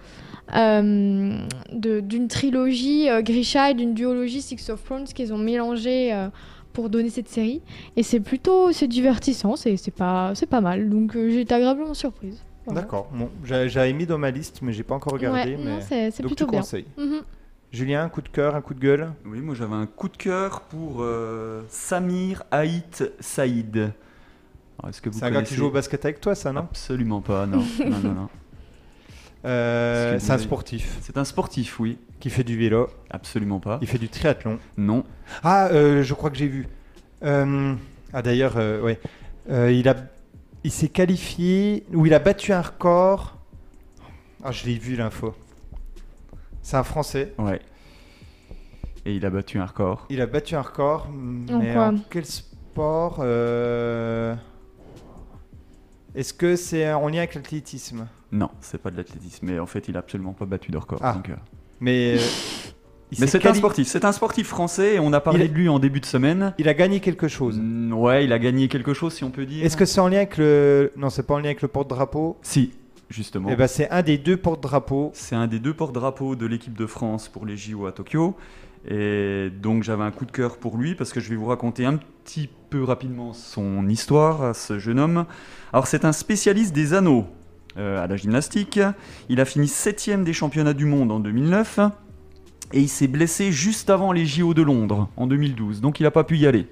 D: euh, de- d'une trilogie euh, Grisha et d'une duologie Six of Thrones qu'ils ont mélangé euh, pour donner cette série. Et c'est plutôt c'est divertissant, c'est c'est pas, c'est pas mal. Donc euh, j'ai été agréablement surprise. Voilà.
A: D'accord. Bon, j'a- j'avais mis dans ma liste, mais j'ai pas encore regardé.
D: Ouais,
A: mais...
D: non, c'est c'est
A: Donc
D: plutôt
A: tu
D: bien.
A: conseilles.
D: Mhm.
A: Julien, un coup de cœur, un coup de gueule
C: Oui, moi j'avais un coup de cœur pour euh, Samir Haït Saïd. Alors, Est-ce que vous
A: C'est un gars qui
C: connaissez
A: joue au basket avec toi, ça, non
C: Absolument
D: [laughs]
C: pas, non. non, non, non.
A: Euh,
C: Parce que
A: C'est un
C: vous-
A: sportif
C: C'est un sportif, oui.
A: qui fait du vélo,
C: Absolument pas.
A: il fait du triathlon.
C: Non.
A: Ah, euh, je crois que j'ai vu. Euh, Ah d'ailleurs, euh, ouais. Euh, il a, il s'est qualifié ou il a battu un record. Ah, je l'ai vu l'info. C'est un Français.
C: Ouais. Et il a battu un record.
A: Il a battu un record. Mais
D: quoi
A: en quel sport euh, Est-ce que c'est en lien avec l'athlétisme
C: Non, c'est pas de l'athlétisme. Mais en fait, il a absolument pas battu de record.
A: Ah.
C: donc, euh.
A: Mais, euh, il
C: Mais
A: s'est
C: c'est un
A: quali-
C: sportif. C'est un sportif français. Et on a parlé
A: Il a-
C: de lui en début de semaine.
A: Il a gagné quelque chose.
C: Mm, Ouais, il a gagné quelque chose, si on peut dire.
A: Est-ce que c'est en lien avec le. Non, c'est pas en lien avec le porte-drapeau.
C: Si, justement.
A: Eh ben, c'est un des deux porte-drapeaux.
C: C'est un des deux porte-drapeaux de l'équipe de France pour les JO à Tokyo. Et donc j'avais un coup de cœur pour lui parce que je vais vous raconter un petit peu rapidement son histoire à ce jeune homme. Alors c'est un spécialiste des anneaux euh, à la gymnastique. Il a fini septième des championnats du monde en 2009. et il s'est blessé juste avant les JO de Londres en 2012, donc il n'a pas pu y aller.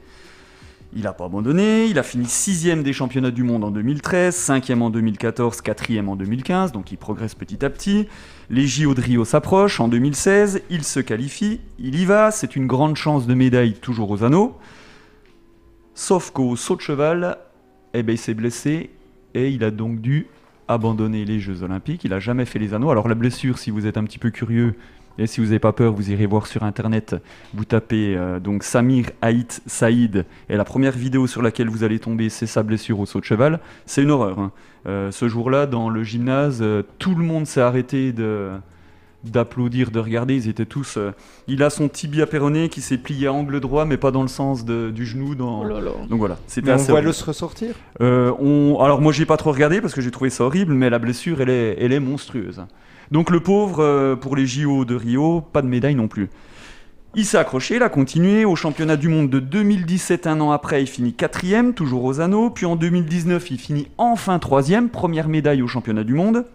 C: Il n'a pas abandonné, il a fini sixième des championnats du monde en 2013, cinquième en 2014, quatrième en 2015, donc il progresse petit à petit. Les JO de Rio s'approchent en 2016, il se qualifie, il y va, c'est une grande chance de médaille toujours aux anneaux. Sauf qu'au saut de cheval, eh ben, il s'est blessé et il a donc dû abandonner les Jeux Olympiques. Il n'a jamais fait les anneaux. Alors la blessure, si vous êtes un petit peu curieux et si vous n'avez pas peur, vous irez voir sur Internet. Vous tapez euh, donc Samir Haït Saïd et la première vidéo sur laquelle vous allez tomber, c'est sa blessure au saut de cheval. C'est une horreur. hein. Euh, ce jour-là, dans le gymnase, euh, tout le monde s'est arrêté de d'applaudir, de regarder, ils étaient tous... euh, il a son tibia péroné qui s'est plié à angle droit, mais pas dans le sens de- du genou. Dans... Donc voilà, c'était
A: Mais on
C: assez
A: voit
C: horrible.
A: l'os ressortir.
C: Euh, on- Alors moi j'ai pas trop regardé parce que j'ai trouvé ça horrible, mais la blessure elle est, elle est monstrueuse. Donc le pauvre, euh, pour les JO de Rio, pas de médaille non plus. Il s'est accroché, il a continué. Au championnat du monde de 2017, un an après, il finit quatrième, toujours aux anneaux. Puis en 2019, il finit enfin troisième, première médaille au championnat du monde.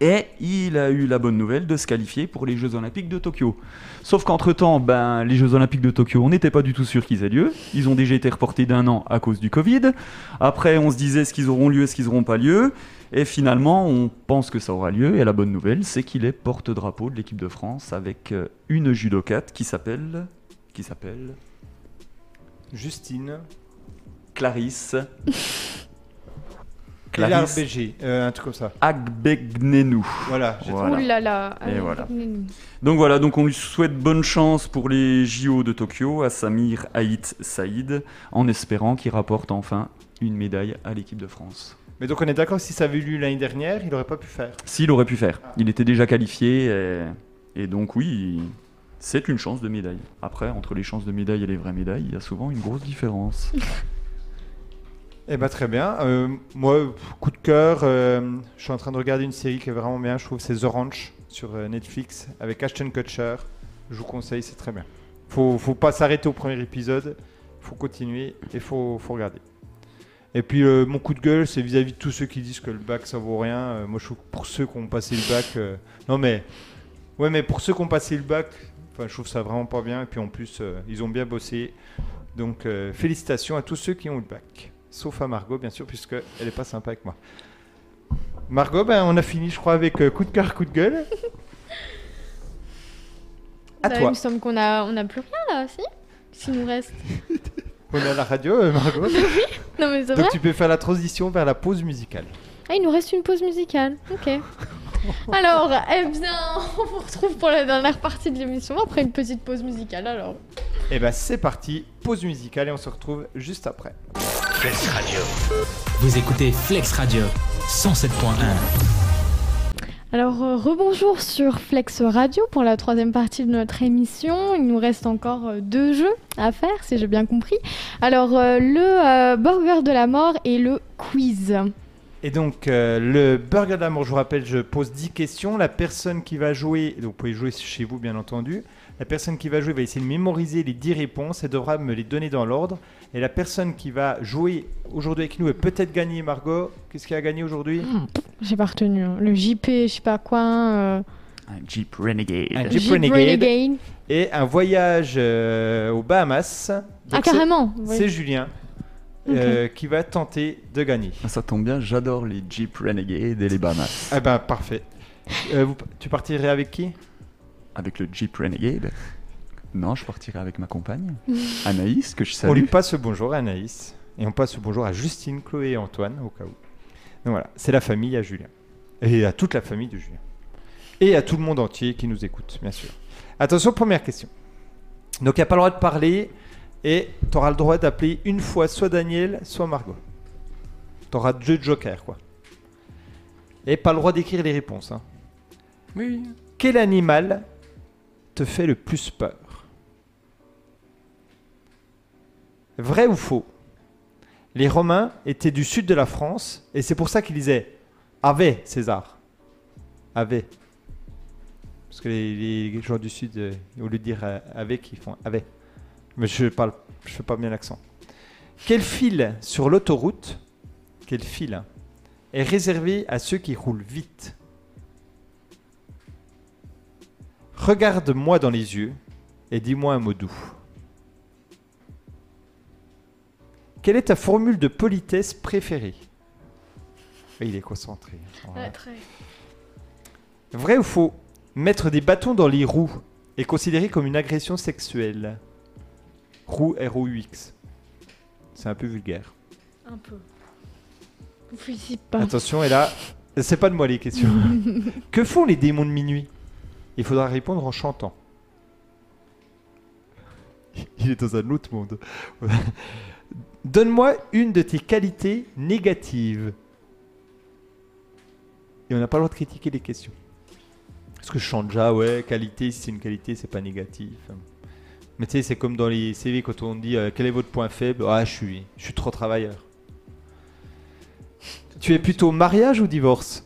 C: Et il a eu la bonne nouvelle de se qualifier pour les Jeux Olympiques de Tokyo. Sauf qu'entre-temps, ben, les Jeux Olympiques de Tokyo, on n'était pas du tout sûr qu'ils aient lieu. Ils ont déjà été reportés d'un an à cause du Covid. Après, on se disait ce qu'ils auront lieu et ce qu'ils n'auront pas lieu. Et finalement, on pense que ça aura lieu. Et la bonne nouvelle, c'est qu'il est porte-drapeau de l'équipe de France avec euh, une judocate qui s'appelle. qui s'appelle.
A: Justine.
C: Clarisse. Clarisse
A: LRBG, euh, un truc comme ça.
C: Agbegnenu.
A: Voilà. j'ai-
C: Voilà.
D: Ouh là là.
C: Et
D: euh,
C: voilà.
D: mm,
C: Donc voilà, donc on lui souhaite bonne chance pour les JO de Tokyo à Samir Haït Saïd, en espérant qu'il rapporte enfin une médaille à l'équipe de France.
A: Mais donc on est d'accord, si ça avait eu lieu l'année dernière, il aurait pas pu faire.
C: S'il aurait pu faire. Il était déjà qualifié. euh, Et, donc, oui, il- c'est une chance de médaille. Après, entre les chances de médaille et les vraies médailles, il y a souvent une grosse différence.
A: Eh ben très bien. Euh, moi, pff, coup de cœur, euh, je suis en train de regarder une série qui est vraiment bien, je trouve, c'est The Ranch sur euh, Netflix avec Ashton Kutcher. Je vous conseille, c'est très bien. Faut, faut pas s'arrêter au premier épisode, faut continuer et faut, faut regarder. Et puis euh, mon coup de gueule, c'est vis-à-vis de tous ceux qui disent que le bac ça vaut rien. Euh, moi, je trouve que pour ceux qui ont passé le bac, euh, non mais ouais, mais pour ceux qui ont passé le bac, enfin, je trouve ça vraiment pas bien. Et puis en plus, euh, ils ont bien bossé. Donc euh, félicitations à tous ceux qui ont eu le bac. Sauf à Margot, bien sûr, puisque elle est pas sympa avec moi. Margot, ben, on a fini, je crois, avec euh, coup de cœur, coup de gueule. À
D: bah, Il
A: toi.
D: me semble qu'on a, on a plus rien là, si S'il nous reste.
A: On est à la radio, euh, Margot.
D: Non mais c'est vrai.
A: Donc tu peux faire la transition vers la pause musicale.
D: Ah, il nous reste une pause musicale.
C: [laughs]
D: Ok. Alors, eh bien, [laughs] on vous retrouve pour la dernière partie de l'émission après une petite pause musicale. Alors.
A: Et ben c'est parti, pause musicale et on se retrouve juste après.
E: Flex Radio. Vous écoutez Flex Radio 107.1.
D: Alors, euh, rebonjour sur Flex Radio pour la troisième partie de notre émission. Il nous reste encore euh, deux jeux à faire, si j'ai bien compris. Alors, euh, le euh, burger de la mort et le quiz.
A: Et donc, euh, le Burger d'amour, je vous rappelle, je pose 10 questions. La personne qui va jouer, donc vous pouvez jouer chez vous, bien entendu. La personne qui va jouer va essayer de mémoriser les 10 réponses et devra me les donner dans l'ordre. Et la personne qui va jouer aujourd'hui avec nous et peut-être gagner, Margot, qu'est-ce qu'il a gagné aujourd'hui
C: Mm.
D: J'ai pas retenu. hein. Le JP, je sais pas quoi. hein, euh,
C: Un Jeep Renegade.
A: Un Jeep
D: Jeep
A: Renegade.
D: Renegade.
A: Et un voyage euh, aux Bahamas.
D: Ah,
A: Donc, c'est-
D: carrément. oui.
A: C'est Julien euh, qui va tenter de gagner.
C: Ah, Ça tombe bien, j'adore les Jeep Renegade et les Bahamas.
A: Eh ben, parfait. Euh, vous- tu partirais avec qui
C: Avec le Jeep Renegade Non, je partirai avec ma compagne, Anaïs, que je
A: On lui
C: salue.
A: passe le bonjour à Anaïs. Et on passe le bonjour à Justine, Chloé et Antoine, au cas où. Donc voilà, c'est la famille à Julien. Et à toute la famille de Julien. Et à tout le monde entier qui nous écoute, bien sûr. Attention, première question. Donc, il n'y a pas le droit de parler. Et tu auras le droit d'appeler une fois soit Daniel, soit Margot. Tu auras deux jokers, quoi. Et pas le droit d'écrire les réponses. hein.
B: Oui.
A: Quel animal te fait le plus peur Vrai ou faux Les Romains étaient du sud de la France et c'est pour ça qu'ils disaient Ave César. Ave. Parce que les, les gens du sud, euh, au lieu de dire euh, Ave, ils font Ave. Mais je parle, je fais pas bien l'accent. Quel fil sur l'autoroute, quel fil hein, est réservé à ceux qui roulent vite Regarde-moi dans les yeux et dis-moi un mot doux. Quelle est ta formule de politesse préférée Ah, Il est concentré. Voilà.
D: Ah, très.
A: Vrai ou faux Mettre des bâtons dans les roues est considéré comme une agression sexuelle. Roux, R-O-U-X. C'est un peu vulgaire.
D: Un peu. Vous fuyez pas.
A: Attention, et là, c'est pas de moi les questions. que font les démons de minuit Il faudra répondre en chantant. [laughs] Il est dans un autre monde. [laughs] Donne-moi une de tes qualités négatives. Et on n'a pas le droit de critiquer les questions. Parce que je chante déjà, ouais, qualité, si c'est une qualité, c'est pas négatif. Mais tu sais, c'est comme dans les CV quand on dit euh, quel est votre point faible Ah, je suis, je suis trop travailleur. Tu es plutôt mariage ou divorce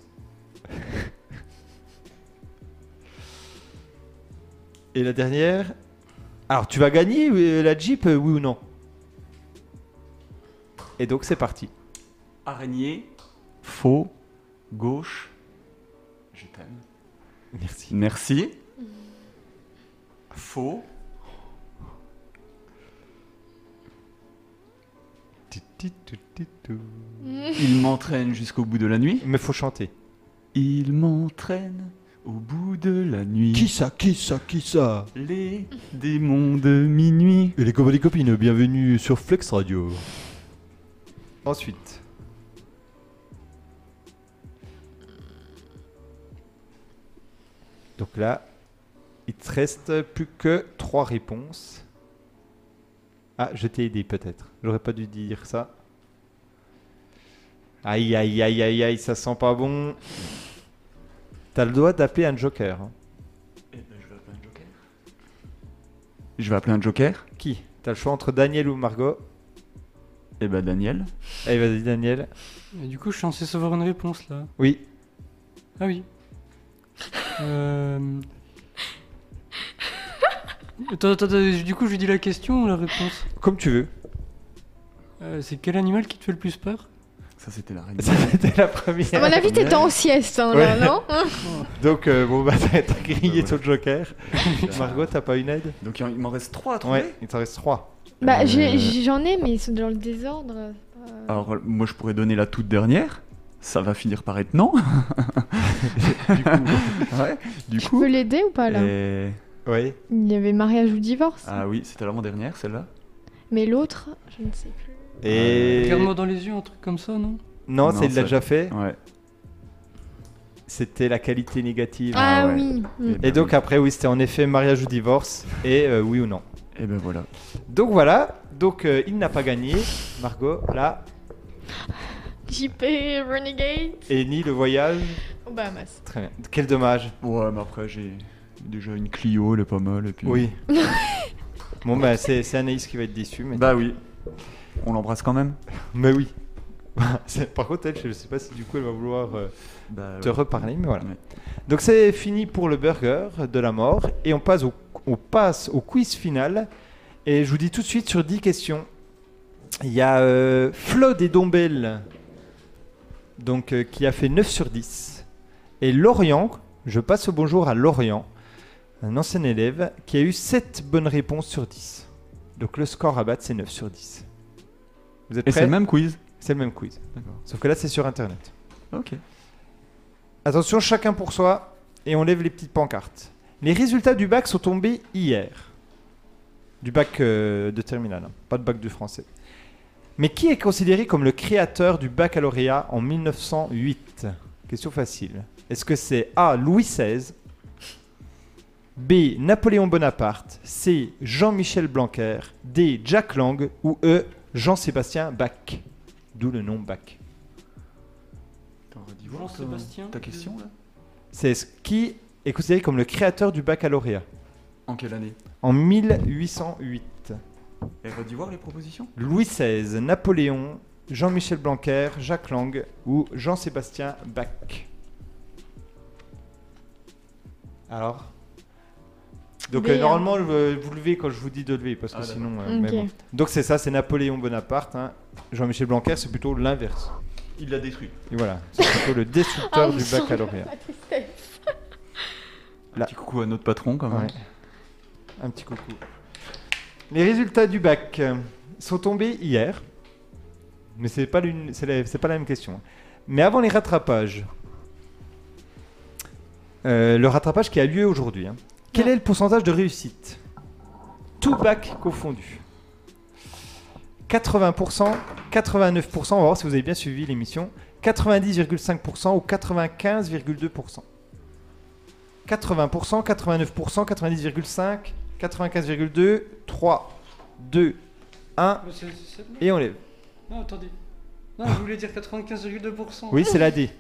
A: Et la dernière Alors, tu vas gagner euh, la Jeep, euh, oui ou non Et donc, c'est parti.
C: Araignée, faux, gauche, je t'aime.
A: Merci.
C: Merci. Faux. Il m'entraîne jusqu'au bout de la nuit.
A: Mais faut chanter.
C: Il m'entraîne au bout de la nuit.
A: ça Qui ça Qui ça
C: Les démons de minuit.
A: Et les copains et les copines, bienvenue sur Flex Radio. Ensuite. Donc là, il te reste plus que trois réponses. Ah, je t'ai aidé peut-être. J'aurais pas dû dire ça. Aïe, aïe, aïe, aïe, aïe, ça sent pas bon. T'as le droit d'appeler un joker. hein.
C: je vais appeler un joker. Je vais appeler un joker.
A: Qui T'as le choix entre Daniel ou Margot.
C: Eh ben Daniel.
A: Allez, vas-y, Daniel.
B: Et du coup, je suis censé savoir une réponse là.
A: Oui.
B: Ah oui. Euh... Attends, attends, attends, du coup, je lui dis la question ou la réponse
A: Comme tu veux.
B: Euh, C'est quel animal qui te fait le plus peur
C: Ça c'était la
A: [laughs]
C: reine.
A: Ça, c'était la
D: À
A: première.
D: mon avis, t'étais en sieste, hein, là,
A: Ouais.
D: non
A: Donc, euh, bon, bah, t'as t'as grillé
C: Bah, voilà.
A: ton [laughs] joker. Margot, t'as pas une aide
C: Donc il m'en reste trois à trouver.
A: Ouais, il t'en reste trois.
D: Bah,
C: Euh, Ah.
D: j'ai- j'en ai, mais ils sont dans le désordre. Euh, c'est pas-
C: Alors euh, moi je pourrais donner la toute dernière. Ça va finir par être non. [laughs]
A: Du [laughs] coup,
C: ouais. Du
D: Je peux
C: coup.
D: l'aider ou pas, là
C: Et-
A: ouais.
D: Il y avait mariage ou divorce.
C: Euh. Ah oui, c'était l'avant-dernière celle-là.
D: Mais l'autre, je ne sais plus.
A: Et.
B: Regarde-moi dans les yeux, un truc comme ça, non
A: Ah, Non,
C: Non,
A: ça, il l'a
C: ça-
A: déjà fait.
C: Ouais.
A: C'était la qualité négative.
D: Ah,
C: Ah ouais.
D: oui. mm.
A: Et donc, après, oui, c'était en effet mariage ou divorce. Et euh, oui ou non.
C: Et ben voilà.
A: Donc, voilà. Donc, euh, il n'a pas gagné. Margot, là.
D: JP Renegade Oh, bah,
A: Et ni le voyage.
D: au Bahamas.
A: Très bien. Quel dommage.
C: Ouais, mais après j'ai déjà une Clio, elle est pas mal et
A: [laughs]
C: puis.
A: Oui. bon, bah, c'est c'est Anaïs qui va être déçue. Mais...
C: Bah oui. On l'embrasse quand même.
A: Mais oui. [laughs] C'est- Par contre, elle, je ne sais pas si du coup elle va vouloir euh,
C: Bah,
A: te reparler, mais voilà.
C: Ouais.
A: Donc c'est fini pour le burger de la mort et on passe au, on passe au quiz final. Et je vous dis tout de suite sur 10 questions. Il y a euh, Flo des Dombelles, donc euh, qui a fait 9 sur 10. Et Lorient, je passe au bonjour à Lorient, un ancien élève qui a eu 7 bonnes réponses sur 10. Donc le score à battre, c'est 9 sur 10. Vous êtes
C: Et c'est
A: prêts
C: le même quiz.
A: C'est le même quiz.
C: D'accord.
A: Sauf que là, c'est sur Internet.
C: Ok.
A: Attention, chacun pour soi, et on lève les petites pancartes. Les résultats du bac sont tombés hier. Du bac euh, de terminale, hein, pas de bac du français. Mais qui est considéré comme le créateur du baccalauréat en 1908 Question facile. Est-ce que c'est A. Louis XVI B. Napoléon Bonaparte C. Jean-Michel Blanquer D. Jack Lang Ou E. Jean-Sébastien Bach D'où le nom Bach.
C: Attends, redis voir ton-
B: Jean-Sébastien.
C: ta question là.
A: C'est ce qui est considéré comme le créateur du baccalauréat
C: En quelle année
A: en 1808.
C: Et redis voir les propositions.
A: Louis XVI, Napoléon, Jean-Michel Blanquer, Jacques Lang ou Jean-Sébastien Bach. Alors Donc
D: B,
A: euh,
D: hein.
A: normalement, euh, vous levez quand je vous dis de lever parce que
C: Ah,
A: sinon. euh, mais
D: Ok.
A: bon. Donc c'est ça, c'est Napoléon Bonaparte. hein. Jean-Michel Blanquer, c'est plutôt l'inverse.
C: Il l'a détruit.
D: [laughs]
A: Et voilà, c'est plutôt le
D: Ah,
A: destructeur
D: on
A: du
D: sent
A: baccalauréat.
D: la tristesse.
A: Là.
C: Petit coucou à notre patron quand même.
A: Ouais. Un petit coucou. Les résultats du bac euh, sont tombés hier, mais c'est pas l'une- c'est la, c'est pas la même question. Mais avant les rattrapages, euh, le rattrapage qui a lieu aujourd'hui, hein. quel est le pourcentage de réussite Tout bac confondu. 80%, 89%, on va voir si vous avez bien suivi l'émission, 90,5% ou 95,2%. 80%, 89%, 90,5%, 95,2%, 3, 2,
B: Ah,
A: 1, et on lève.
B: Non, attendez. Non, je voulais dire 95,2%.
A: Oui, c'est la D.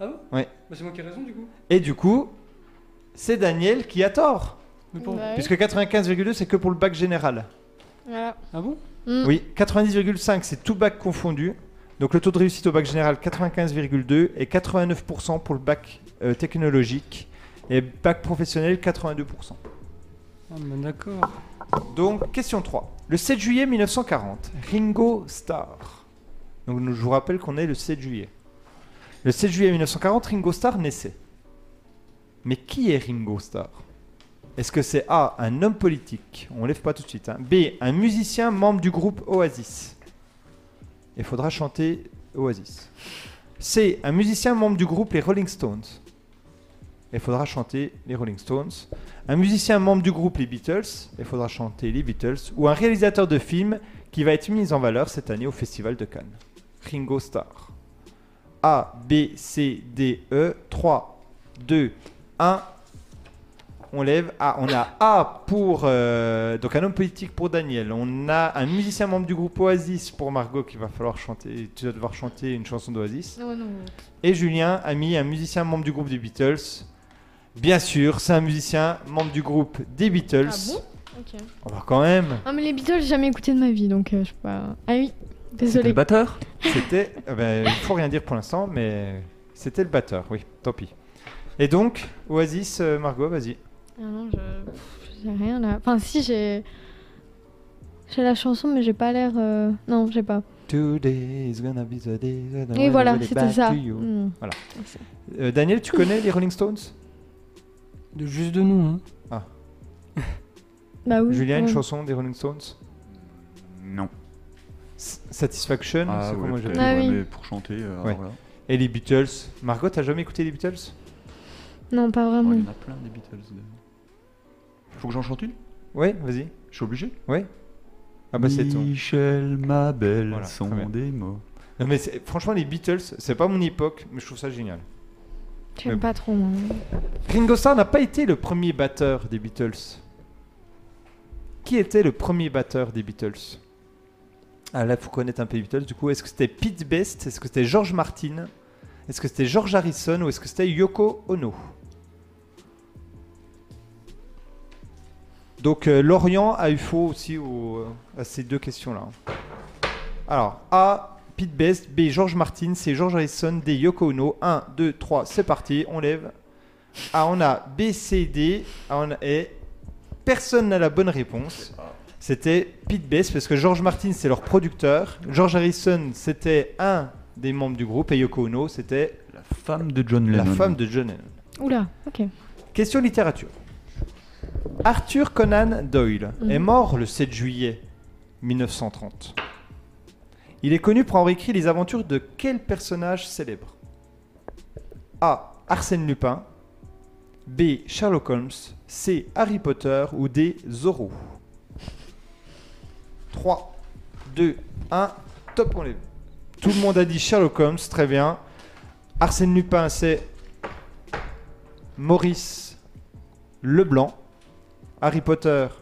B: Ah bon
A: Ouais.
B: Bah, c'est moi qui ai raison du coup.
A: Et du coup, c'est Daniel qui a tort.
B: Mais pour-
D: Ouais.
A: Puisque 95,2 c'est que pour le bac général.
D: Voilà.
B: Ah bon
D: Mm.
A: Oui, 90,5 c'est tout bac confondu. Donc le taux de réussite au bac général 95,2 et 89% pour le bac euh, technologique et bac professionnel 82%.
B: Ah, bah, d'accord.
A: Donc, question 3. Le 7 juillet 1940, Ringo Starr. Donc, nous- je vous rappelle qu'on est le 7 juillet. Le 7 juillet 1940, Ringo Starr naissait. Mais qui est Ringo Starr Est-ce que c'est A, un homme politique On lève pas tout de suite. hein. B, un musicien membre du groupe Oasis. Il faudra chanter Oasis. C, un musicien membre du groupe Les Rolling Stones. Il faudra chanter Les Rolling Stones. Un musicien membre du groupe Les Beatles, il faudra chanter Les Beatles, ou un réalisateur de film qui va être mis en valeur cette année au Festival de Cannes. Ringo Starr. A, B, C, D, E, 3, 2, 1. On lève A. On a A pour. euh, donc un homme politique pour Daniel. On a un musicien membre du groupe Oasis pour Margot qui va falloir chanter. Tu vas devoir chanter une chanson d'Oasis.
D: Oh, Non, non.
A: Et Julien a mis un musicien membre du groupe des Beatles. Bien sûr, c'est un musicien membre du groupe des Beatles.
D: Ah bon Ok.
A: Oh bah quand même,
D: Ah, mais les Beatles, j'ai jamais écouté de ma vie, donc euh, je sais pas. Ah oui,
C: C'était
D: désolé.
C: le batteur
A: c'était. euh, ben, il faut rien dire pour l'instant, mais c'était le batteur, oui, tant pis. Et donc, Oasis, euh, Margot, vas-y.
D: Ah non, je. pff, J'ai rien là. Enfin, si, j'ai. J'ai la chanson, mais j'ai pas l'air. euh, Non, j'ai pas.
A: Today is gonna be the day that I
D: Et
A: will
D: voilà,
A: be
D: c'était
A: back
D: ça.
A: to you.
D: Mm.
A: Euh, Daniel, tu connais les Rolling Stones
B: De juste de nous, hein.
D: Bah oui.
A: Julien, une
D: ouais.
A: chanson des Rolling Stones
C: Non.
A: S- Satisfaction, c'est
C: ouais,
A: comment je-
C: peut-être,
D: Ah
C: ouais,
D: oui.
C: mais pour chanter, euh,
A: Ouais.
C: alors là.
A: Et les Beatles Margot, t'as jamais écouté les Beatles
D: Non, pas
C: Oh,
D: vraiment.
C: il y en a plein des Beatles. de- Faut que j'en chante une
A: Ouais, vas-y.
C: Je suis obligé
A: Ah bah c'est ton.
C: Michel, ma belle,
A: Voilà,
C: sont
A: très bien.
C: des mots.
A: Non mais c'est- franchement, les Beatles, c'est pas mon époque, mais je trouve ça génial.
D: J'aime
A: Mais-
D: pas trop, moi.
A: Ringo Starr n'a pas été le premier batteur des Beatles. Qui était le premier batteur des Beatles Ah là, faut connaître un peu les Beatles. Du coup, est-ce que c'était Pete Best Est-ce que c'était George Martin Est-ce que c'était George Harrison Ou est-ce que c'était Yoko Ono Donc, euh, Lorient a eu faux aussi au- euh, à ces deux questions-là. Alors, A, Pete Best, B, George Martin, C, George Harrison, D, Yoko Ono. 1, 2, 3, c'est parti, on lève. Ah, on a B, C, D, ah, on a E. Personne n'a la bonne réponse. C'était Pete Best, parce que George Martin, c'est leur producteur. George Harrison, c'était un des membres du groupe. Et Yoko Ono, c'était
C: La femme de John
A: la
C: Lennon.
A: femme de John Lennon.
D: Oula, ok.
A: Question littérature. Arthur Conan Doyle
D: Mhm.
A: est mort le 7 juillet 1930. Il est connu pour avoir écrit les aventures de quel personnage célèbre A. Arsène Lupin. B. Sherlock Holmes. C. Harry Potter. Ou D. Zorro. 3, 2, 1. Top, on les. Tout le monde a dit Sherlock Holmes, très bien. Arsène Lupin, c'est Maurice Leblanc, Harry Potter,
B: Ah,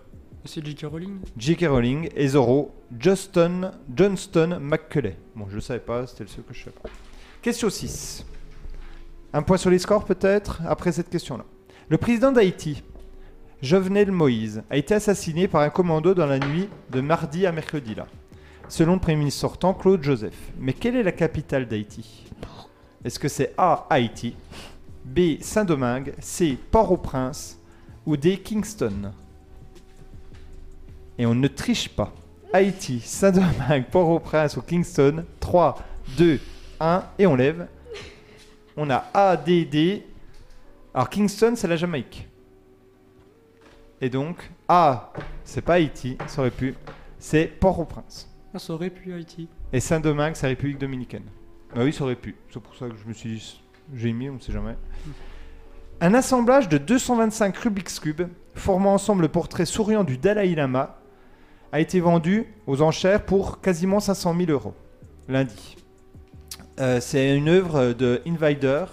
B: C'est J.K. Rowling.
A: J.K. Rowling et Zorro, Justin, Johnston McCulley. Bon, je ne savais pas, c'était le seul que je savais pas. Question 6. Un point sur les scores peut-être après cette question-là. Le président d'Haïti, Jovenel Moïse, a été assassiné par un commando dans la nuit de mardi à mercredi là. Selon le Premier ministre sortant, Claude Joseph. Mais quelle est la capitale d'Haïti Est-ce que c'est A. Haïti B. Saint-Domingue C. Port-au-Prince Ou D. Kingston et on ne triche pas. Haïti, Saint-Domingue, Port-au-Prince ou Kingston. 3, 2, 1 et on lève. On a A, D, D. Alors Kingston, c'est la Jamaïque. Et donc, ah, c'est pas Haïti, ça aurait pu. C'est Port-au-Prince.
B: Ah, ça aurait pu Haïti.
A: Et Saint-Domingue, c'est République Dominicaine. Bah oui, ça aurait pu. C'est pour ça que je me suis dit, j'ai mis, on sait jamais. Un assemblage de 225 Rubik's Cube, formant ensemble le portrait souriant du Dalai Lama, a été vendu aux enchères pour quasiment 500 000 euros, lundi. Euh, c'est une œuvre de Invader.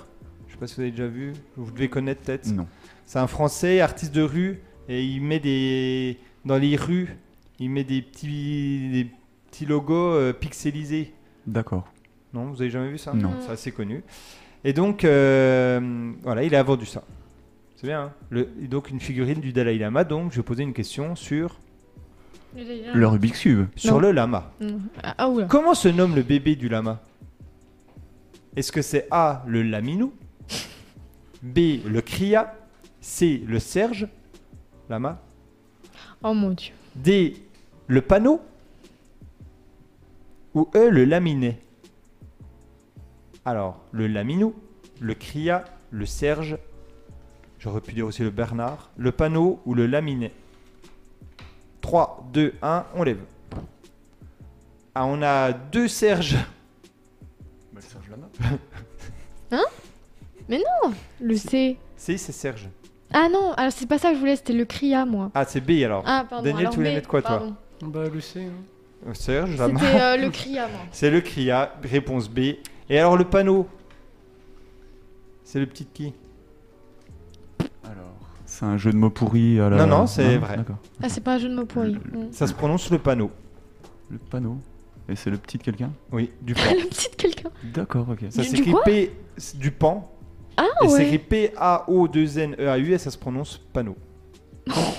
A: Je sais pas si vous avez déjà vu, vous devez connaître peut-être.
C: Non.
A: C'est un Français, artiste de rue, et il met des dans les rues, il met des petits, des petits logos euh, pixelisés.
C: D'accord.
A: Non, vous avez jamais vu ça
C: Non.
A: C'est assez connu. Et donc, euh, voilà, il a vendu ça. C'est bien. hein Le- et donc une figurine du Dalai Lama. Donc, je posais une question sur
D: Ah.
C: Le Rubik's Cube.
A: sur
D: Non.
A: le lama.
D: Ah, ah, oula.
A: Comment se nomme le bébé du lama Est-ce que c'est A le laminou, B le cria, C le serge, lama,
D: Oh mon dieu.
A: D. Le panneau ou E. Le laminé Alors, le laminou, le cria, le serge, j'aurais pu dire aussi le Bernard, le panneau ou le laminé 3, 2, 1, on lève. Ah, on a deux Serge. Bah,
D: Le C.
A: [laughs] Si, c'est Serge.
D: Ah non, alors c'est pas ça que je voulais, c'était le CRIA, moi.
A: Ah, c'est B alors.
D: Ah, pardon.
A: Daniel,
D: alors
A: tu voulais
D: B,
A: mettre quoi, toi
D: pardon.
B: Bah, le C. hein.
A: Serge, la main.
D: C'était euh, le CRIA, moi.
A: C'est le cria, réponse B. Et alors, le panneau C'est le petit qui
C: Alors, c'est un jeu de mots pourri à la... Hein
A: Non, non, c'est vrai.
C: D'accord.
D: Ah, c'est pas un jeu de mots pourris. [laughs] Mm.
A: Ça se prononce le panneau.
C: Le panneau. Et c'est le petit de quelqu'un
A: Oui, du
D: [laughs]
A: pan.
D: le petit de quelqu'un.
C: D'accord, ok.
A: Ça
D: Du- du
A: s'écrit
D: quoi
A: P du pan.
D: Ah
A: et c'est
D: ouais.
A: écrit P-A-O-2-N-E-A-U E et ça se prononce panneau.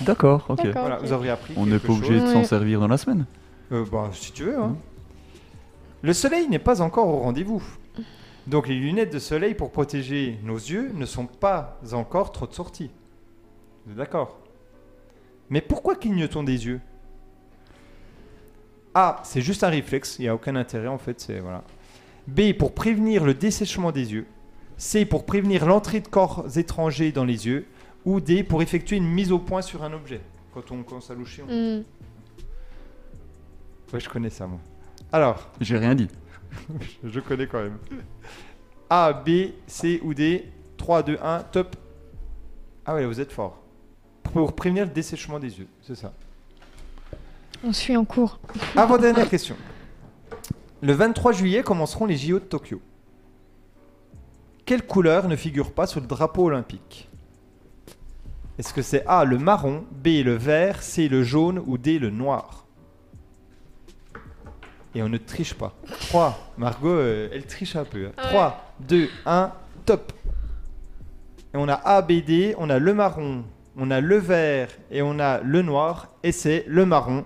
C: D'accord, ok.
D: D'accord.
A: Voilà,
D: Ah, ok.
A: vous aurez appris.
C: On n'est
A: quelque
C: pas obligé
A: chose.
C: de s'en
D: Ouais.
C: servir dans la semaine.
A: Euh, bah, si tu veux. hein. Le soleil n'est pas encore au rendez-vous. Donc les lunettes de soleil pour protéger nos yeux ne sont pas encore trop de sorties. Vous êtes D'accord. Mais pourquoi cligne-t-on des yeux A. C'est juste un réflexe, il n'y a aucun intérêt en fait. c'est voilà. B. Pour prévenir le dessèchement des yeux. C. Pour prévenir l'entrée de corps étrangers dans les yeux. Ou D. Pour effectuer une mise au point sur un objet. Quand on commence à loucher, on...
D: Mm.
A: Ouais, je connais ça, moi. Alors,
C: J'ai rien dit.
A: je connais quand même. A, B, C ou D 3, 2, 1, top. Ah ouais, vous êtes fort. Pour prévenir le dessèchement des yeux, c'est ça.
D: On suit en cours.
A: Avant-dernière question. Le 23 juillet commenceront les JO de Tokyo. Quelle couleur ne figure pas sur le drapeau olympique Est-ce que c'est A le marron, B le vert, C le jaune ou D le noir Et on ne triche pas. 3. Margot, euh, elle triche un peu.
D: Ah ouais.
A: 3, 2, 1, top. Et on a A, B, D, on a le marron, on a le vert et on a le noir. Et c'est le marron.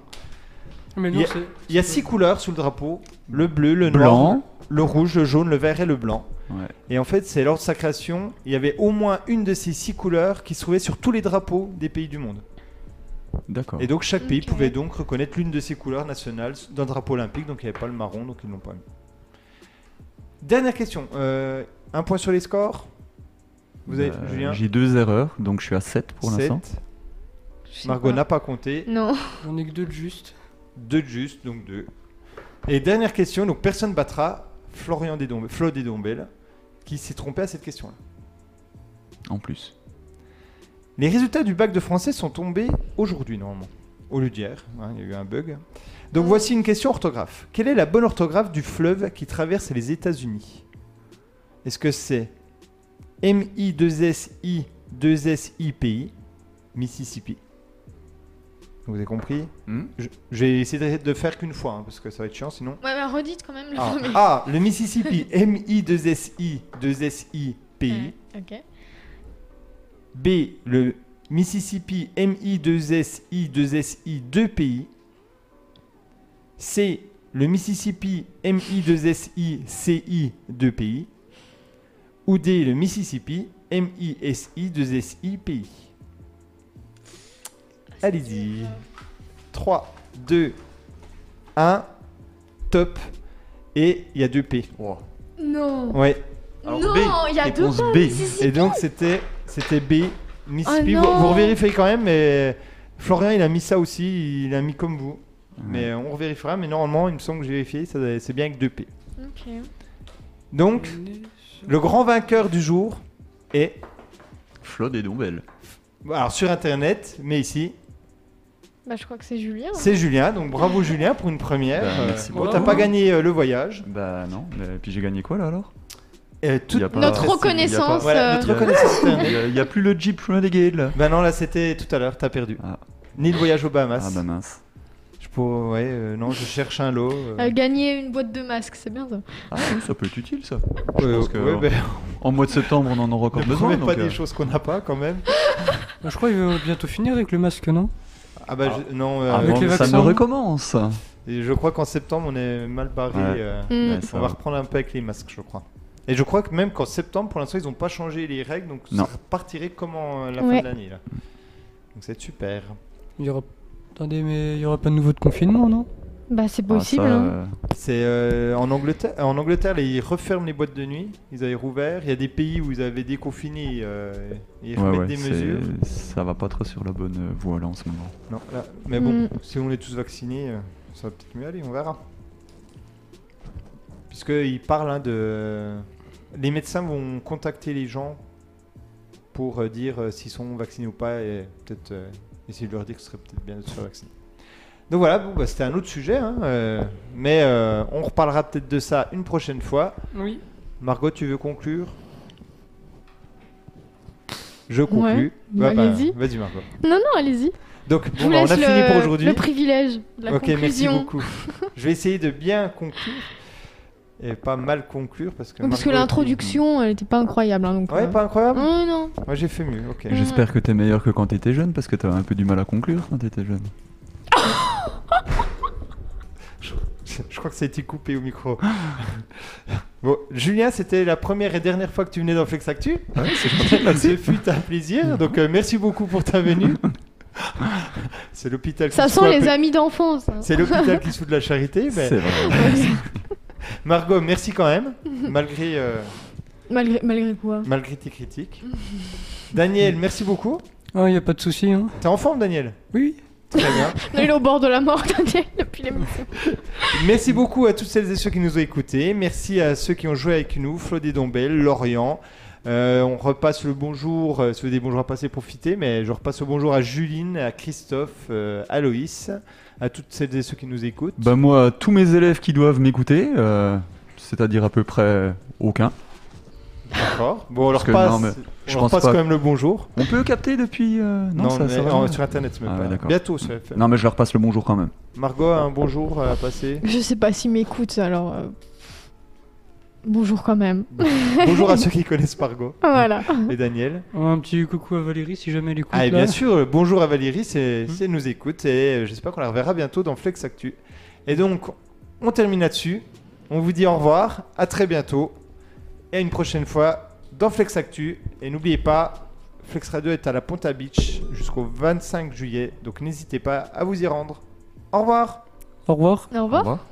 B: Ah, Mais
A: Il
B: non,
A: y a-
B: c'est.
A: Il y a six couleurs sous le drapeau le bleu, le noir,
C: Blanc.
A: le rouge, le jaune, le vert et le blanc.
C: Ouais.
A: Et en fait, c'est lors de sa création, il y avait au moins une de ces six couleurs qui se trouvait sur tous les drapeaux des pays du monde.
C: D'accord.
A: Et donc, chaque pays
D: Ok.
A: pouvait donc reconnaître l'une de ces couleurs nationales dans le drapeau olympique, donc il n'y avait pas le marron, donc ils l'ont pas mis. Dernière question. euh, un point sur les scores Vous avez,
C: Euh,
A: Julien
C: J'ai deux erreurs, donc je suis à 7 pour l'instant.
A: Sept.
D: Je sais
A: Margot
D: pas.
A: n'a pas compté.
D: Non.
B: J'en ai que deux de juste.
A: Deux de juste, donc deux. Et dernière question, donc personne battra Florian Desdom- Flo Desdombelles, qui s'est trompé à cette question-là.
C: En plus.
A: Les résultats du bac de français sont tombés aujourd'hui, normalement. Au lieu d'hier, hein, il y a eu un bug. Donc
D: Ah.
A: voici une question orthographe. Quelle est la bonne orthographe du fleuve qui traverse les États-Unis Est-ce que c'est M-I-2-S-I-2-S-I-P-I Mississippi Vous avez compris Je- J'ai essayé de faire qu'une fois, hein, parce que ça va être chiant sinon.
D: Ouais, mais redites quand même le
A: Ah,
D: premier.
A: ah, le Mississippi, M-I-2-S-I, 2-S-I-P-I.
D: Ouais, Ok.
A: B, le Mississippi, M-I-2-S-I, 2-S-I, 2-P-I. C, le Mississippi, M-I-2-S-I, C-I, 2-P-I. Ou D, le Mississippi, M-I-S-I, 2-S-I, P-I. Allez-y. 3, 2, 1, top. Et il y a 2 P.
D: Non.
A: Ouais.
C: Alors,
D: non,
C: B,
D: il y a deux
C: réponse
D: pas,
C: B.
D: Mississippi.
A: Et donc c'était c'était B Mississippi.
D: Oh
A: vous,
D: non.
A: vous vérifiez quand même, mais Florian, il a mis ça aussi, il a mis comme vous.
C: Ouais.
A: Mais on revérifiera, mais normalement, il me semble que j'ai vérifié, ça, c'est bien avec 2P.
D: Ok.
A: Donc, le grand vainqueur du jour est,
C: Flo des nouvelles.
A: alors sur internet, mais ici,
D: Bah, je crois que c'est Julien.
A: c'est Julien. Donc bravo Julien pour une première.
C: Ben,
A: Euh,
C: merci
A: bon,
B: beaucoup.
A: t'as pas gagné euh, le voyage.
C: Bah non, mais puis j'ai gagné quoi là alors
A: Euh,
C: Y a
A: toute
C: pas-
D: Notre
C: y a
D: reconnaissance.
A: Voilà, notre
C: euh,
A: reconnaissance
C: pas-
A: internet.
C: y a- y a plus le Jeep Renegade là.
A: Ben non, là c'était tout à l'heure, t'as perdu.
C: Ah.
A: Ni le voyage aux Bahamas.
C: Ah bah mince.
A: Je pourrais, ouais, euh, non, je cherche un lot. euh.
D: Euh, gagner une boîte de masques, c'est bien ça.
C: Ah
A: [laughs]
C: oui, ça peut être utile ça. Je
A: Euh,
C: pense que [laughs]
A: ouais, ben,
C: en mois de septembre on en aura encore
A: ne
C: besoin.
A: promet pas
C: donc, euh,
A: des choses qu'on n'a pas quand même.
B: Bah, je crois qu'il va bientôt finir avec le masque, non
A: Ah bah je- non, euh,
C: avant
B: Avec
C: que
B: les
C: ça ne
B: vaccins.
C: recommence. Ah,
A: et je crois qu'en septembre on est mal barré.
C: Ouais.
A: euh,
D: Mm.
C: Ouais, ça
A: on va
C: va.
A: reprendre un peu avec les masques, je crois. Et je crois que même qu'en septembre, pour l'instant, ils n'ont pas changé les règles, donc
C: Non.
A: ça repartirait comme en- euh, la fin
D: Ouais.
A: de l'année. là. Donc c'est super.
B: Il y aura... Attendez, mais il y aura pas de nouveau de confinement, non
D: Bah, c'est
C: Ah,
D: possible.
C: ça,
D: hein.
C: euh,
A: C'est euh, en Angleterre, en Angleterre, ils referment les boîtes de nuit. Ils avaient rouvert. Il y a des pays où ils avaient déconfiné. euh, et ils
C: ouais,
A: remettent
C: ouais,
A: des
C: c'est-
A: mesures.
C: Ça va pas trop sur la bonne euh, voie là en ce moment.
A: Non, là- mais bon,
D: Mm.
A: si on est tous vaccinés, euh, ça va peut-être mieux aller, on verra. Puisqu'il parle hein, de. Les médecins vont contacter les gens pour euh, dire euh, s'ils sont vaccinés ou pas et peut-être euh, essayer de leur dire que ce serait peut-être bien de se faire vacciner. Donc voilà, bon, bah, c'était un autre sujet, hein, euh, mais euh, on reparlera peut-être de ça une prochaine fois.
B: Oui.
A: Margot, tu veux conclure Je conclue.
D: bah, allez-y.
A: Vas-y, Margot.
D: Non, non, allez-y.
A: Donc,
D: Je
A: bon,
D: vous
A: bah, on
D: laisse
A: a fini
D: le,
A: pour aujourd'hui.
D: le privilège de la
A: Ok, merci
D: conclusion.
A: beaucoup. Je vais essayer de bien conclure et pas mal conclure parce que.
D: Oui, Parce que
A: Margot-
D: l'introduction, elle était pas incroyable. hein, donc,
A: Ouais,
D: euh,
A: pas incroyable.
D: ouais, non.
A: Moi j'ai fait mieux. Ok. [laughs]
D: Mm.
C: J'espère que t'es meilleur que quand t'étais jeune parce que t'avais un peu du mal à conclure quand t'étais jeune.
A: Je, je crois que ça a été coupé au micro. [laughs] Bon, Julien, c'était la première et dernière fois que tu venais dans Flex Actu.
C: Ouais, c'est
A: [laughs] Ce fut un plaisir. Donc euh, merci beaucoup pour ta
C: [laughs]
A: venue. C'est l'hôpital. qui
D: Ça
A: se
D: sent
A: fout un
D: les
A: peu-
D: amis
A: [laughs]
D: d'enfance. hein.
A: C'est l'hôpital qui se fout de la charité. mais-
C: C'est vrai.
A: Margot, merci quand même, malgré euh,
D: Malgré, malgré quoi.
A: malgré tes
D: [laughs]
A: critiques. Daniel, merci beaucoup.
B: Ah, il n'y a pas de souci, hein
A: T'es en forme, Daniel.
B: Oui.
A: Très bien.
D: On est au bord de la mort, [laughs] Daniel, depuis les
A: Merci beaucoup à toutes celles et ceux qui nous ont écoutés. Merci à ceux qui ont joué avec nous, Flo des Dombelles, Lorient. Euh, on repasse le bonjour, euh, si vous avez des bonjours à passer, profitez, mais je repasse le bonjour à Juline, à Christophe, euh, à Loïs, à toutes celles et ceux qui nous écoutent.
C: Bah moi, tous mes élèves qui doivent m'écouter, euh, c'est-à-dire à peu près aucun.
A: D'accord. Bon, on leur
C: Parce que
A: passe,
C: non, mais
A: on
C: je
A: leur
C: pense
A: passe
C: pas.
A: quand même le bonjour.
C: On peut capter depuis euh, Non, ça,
A: mais
C: ça va,
A: en-
C: non
A: sur Internet, c'est même
C: Ah ouais,
A: pas.
C: d'accord.
A: Bientôt, ça va faire.
C: Non, mais je leur passe le bonjour quand même.
A: Margot, un bonjour à
C: [laughs]
A: passer.
D: Je sais pas s'ils m'écoutent, alors. euh, Bonjour quand même.
A: bonjour à ceux qui connaissent Margot
D: Voilà.
A: et Daniel.
B: Un petit coucou à Valérie si jamais elle écoute.
A: Ah, et
B: là.
A: bien sûr, euh, bonjour à Valérie c'est
B: Hmm.
A: si elle nous écoute et euh, j'espère qu'on la reverra bientôt dans Flex Actu. Et donc, on termine là-dessus. On vous dit au revoir, à très bientôt et à une prochaine fois dans Flex Actu. Et n'oubliez pas, Flex Radio est à la Ponta Beach jusqu'au 25 juillet, donc n'hésitez pas à vous y rendre. Au revoir!
B: Au revoir.
D: Au revoir.
C: revoir.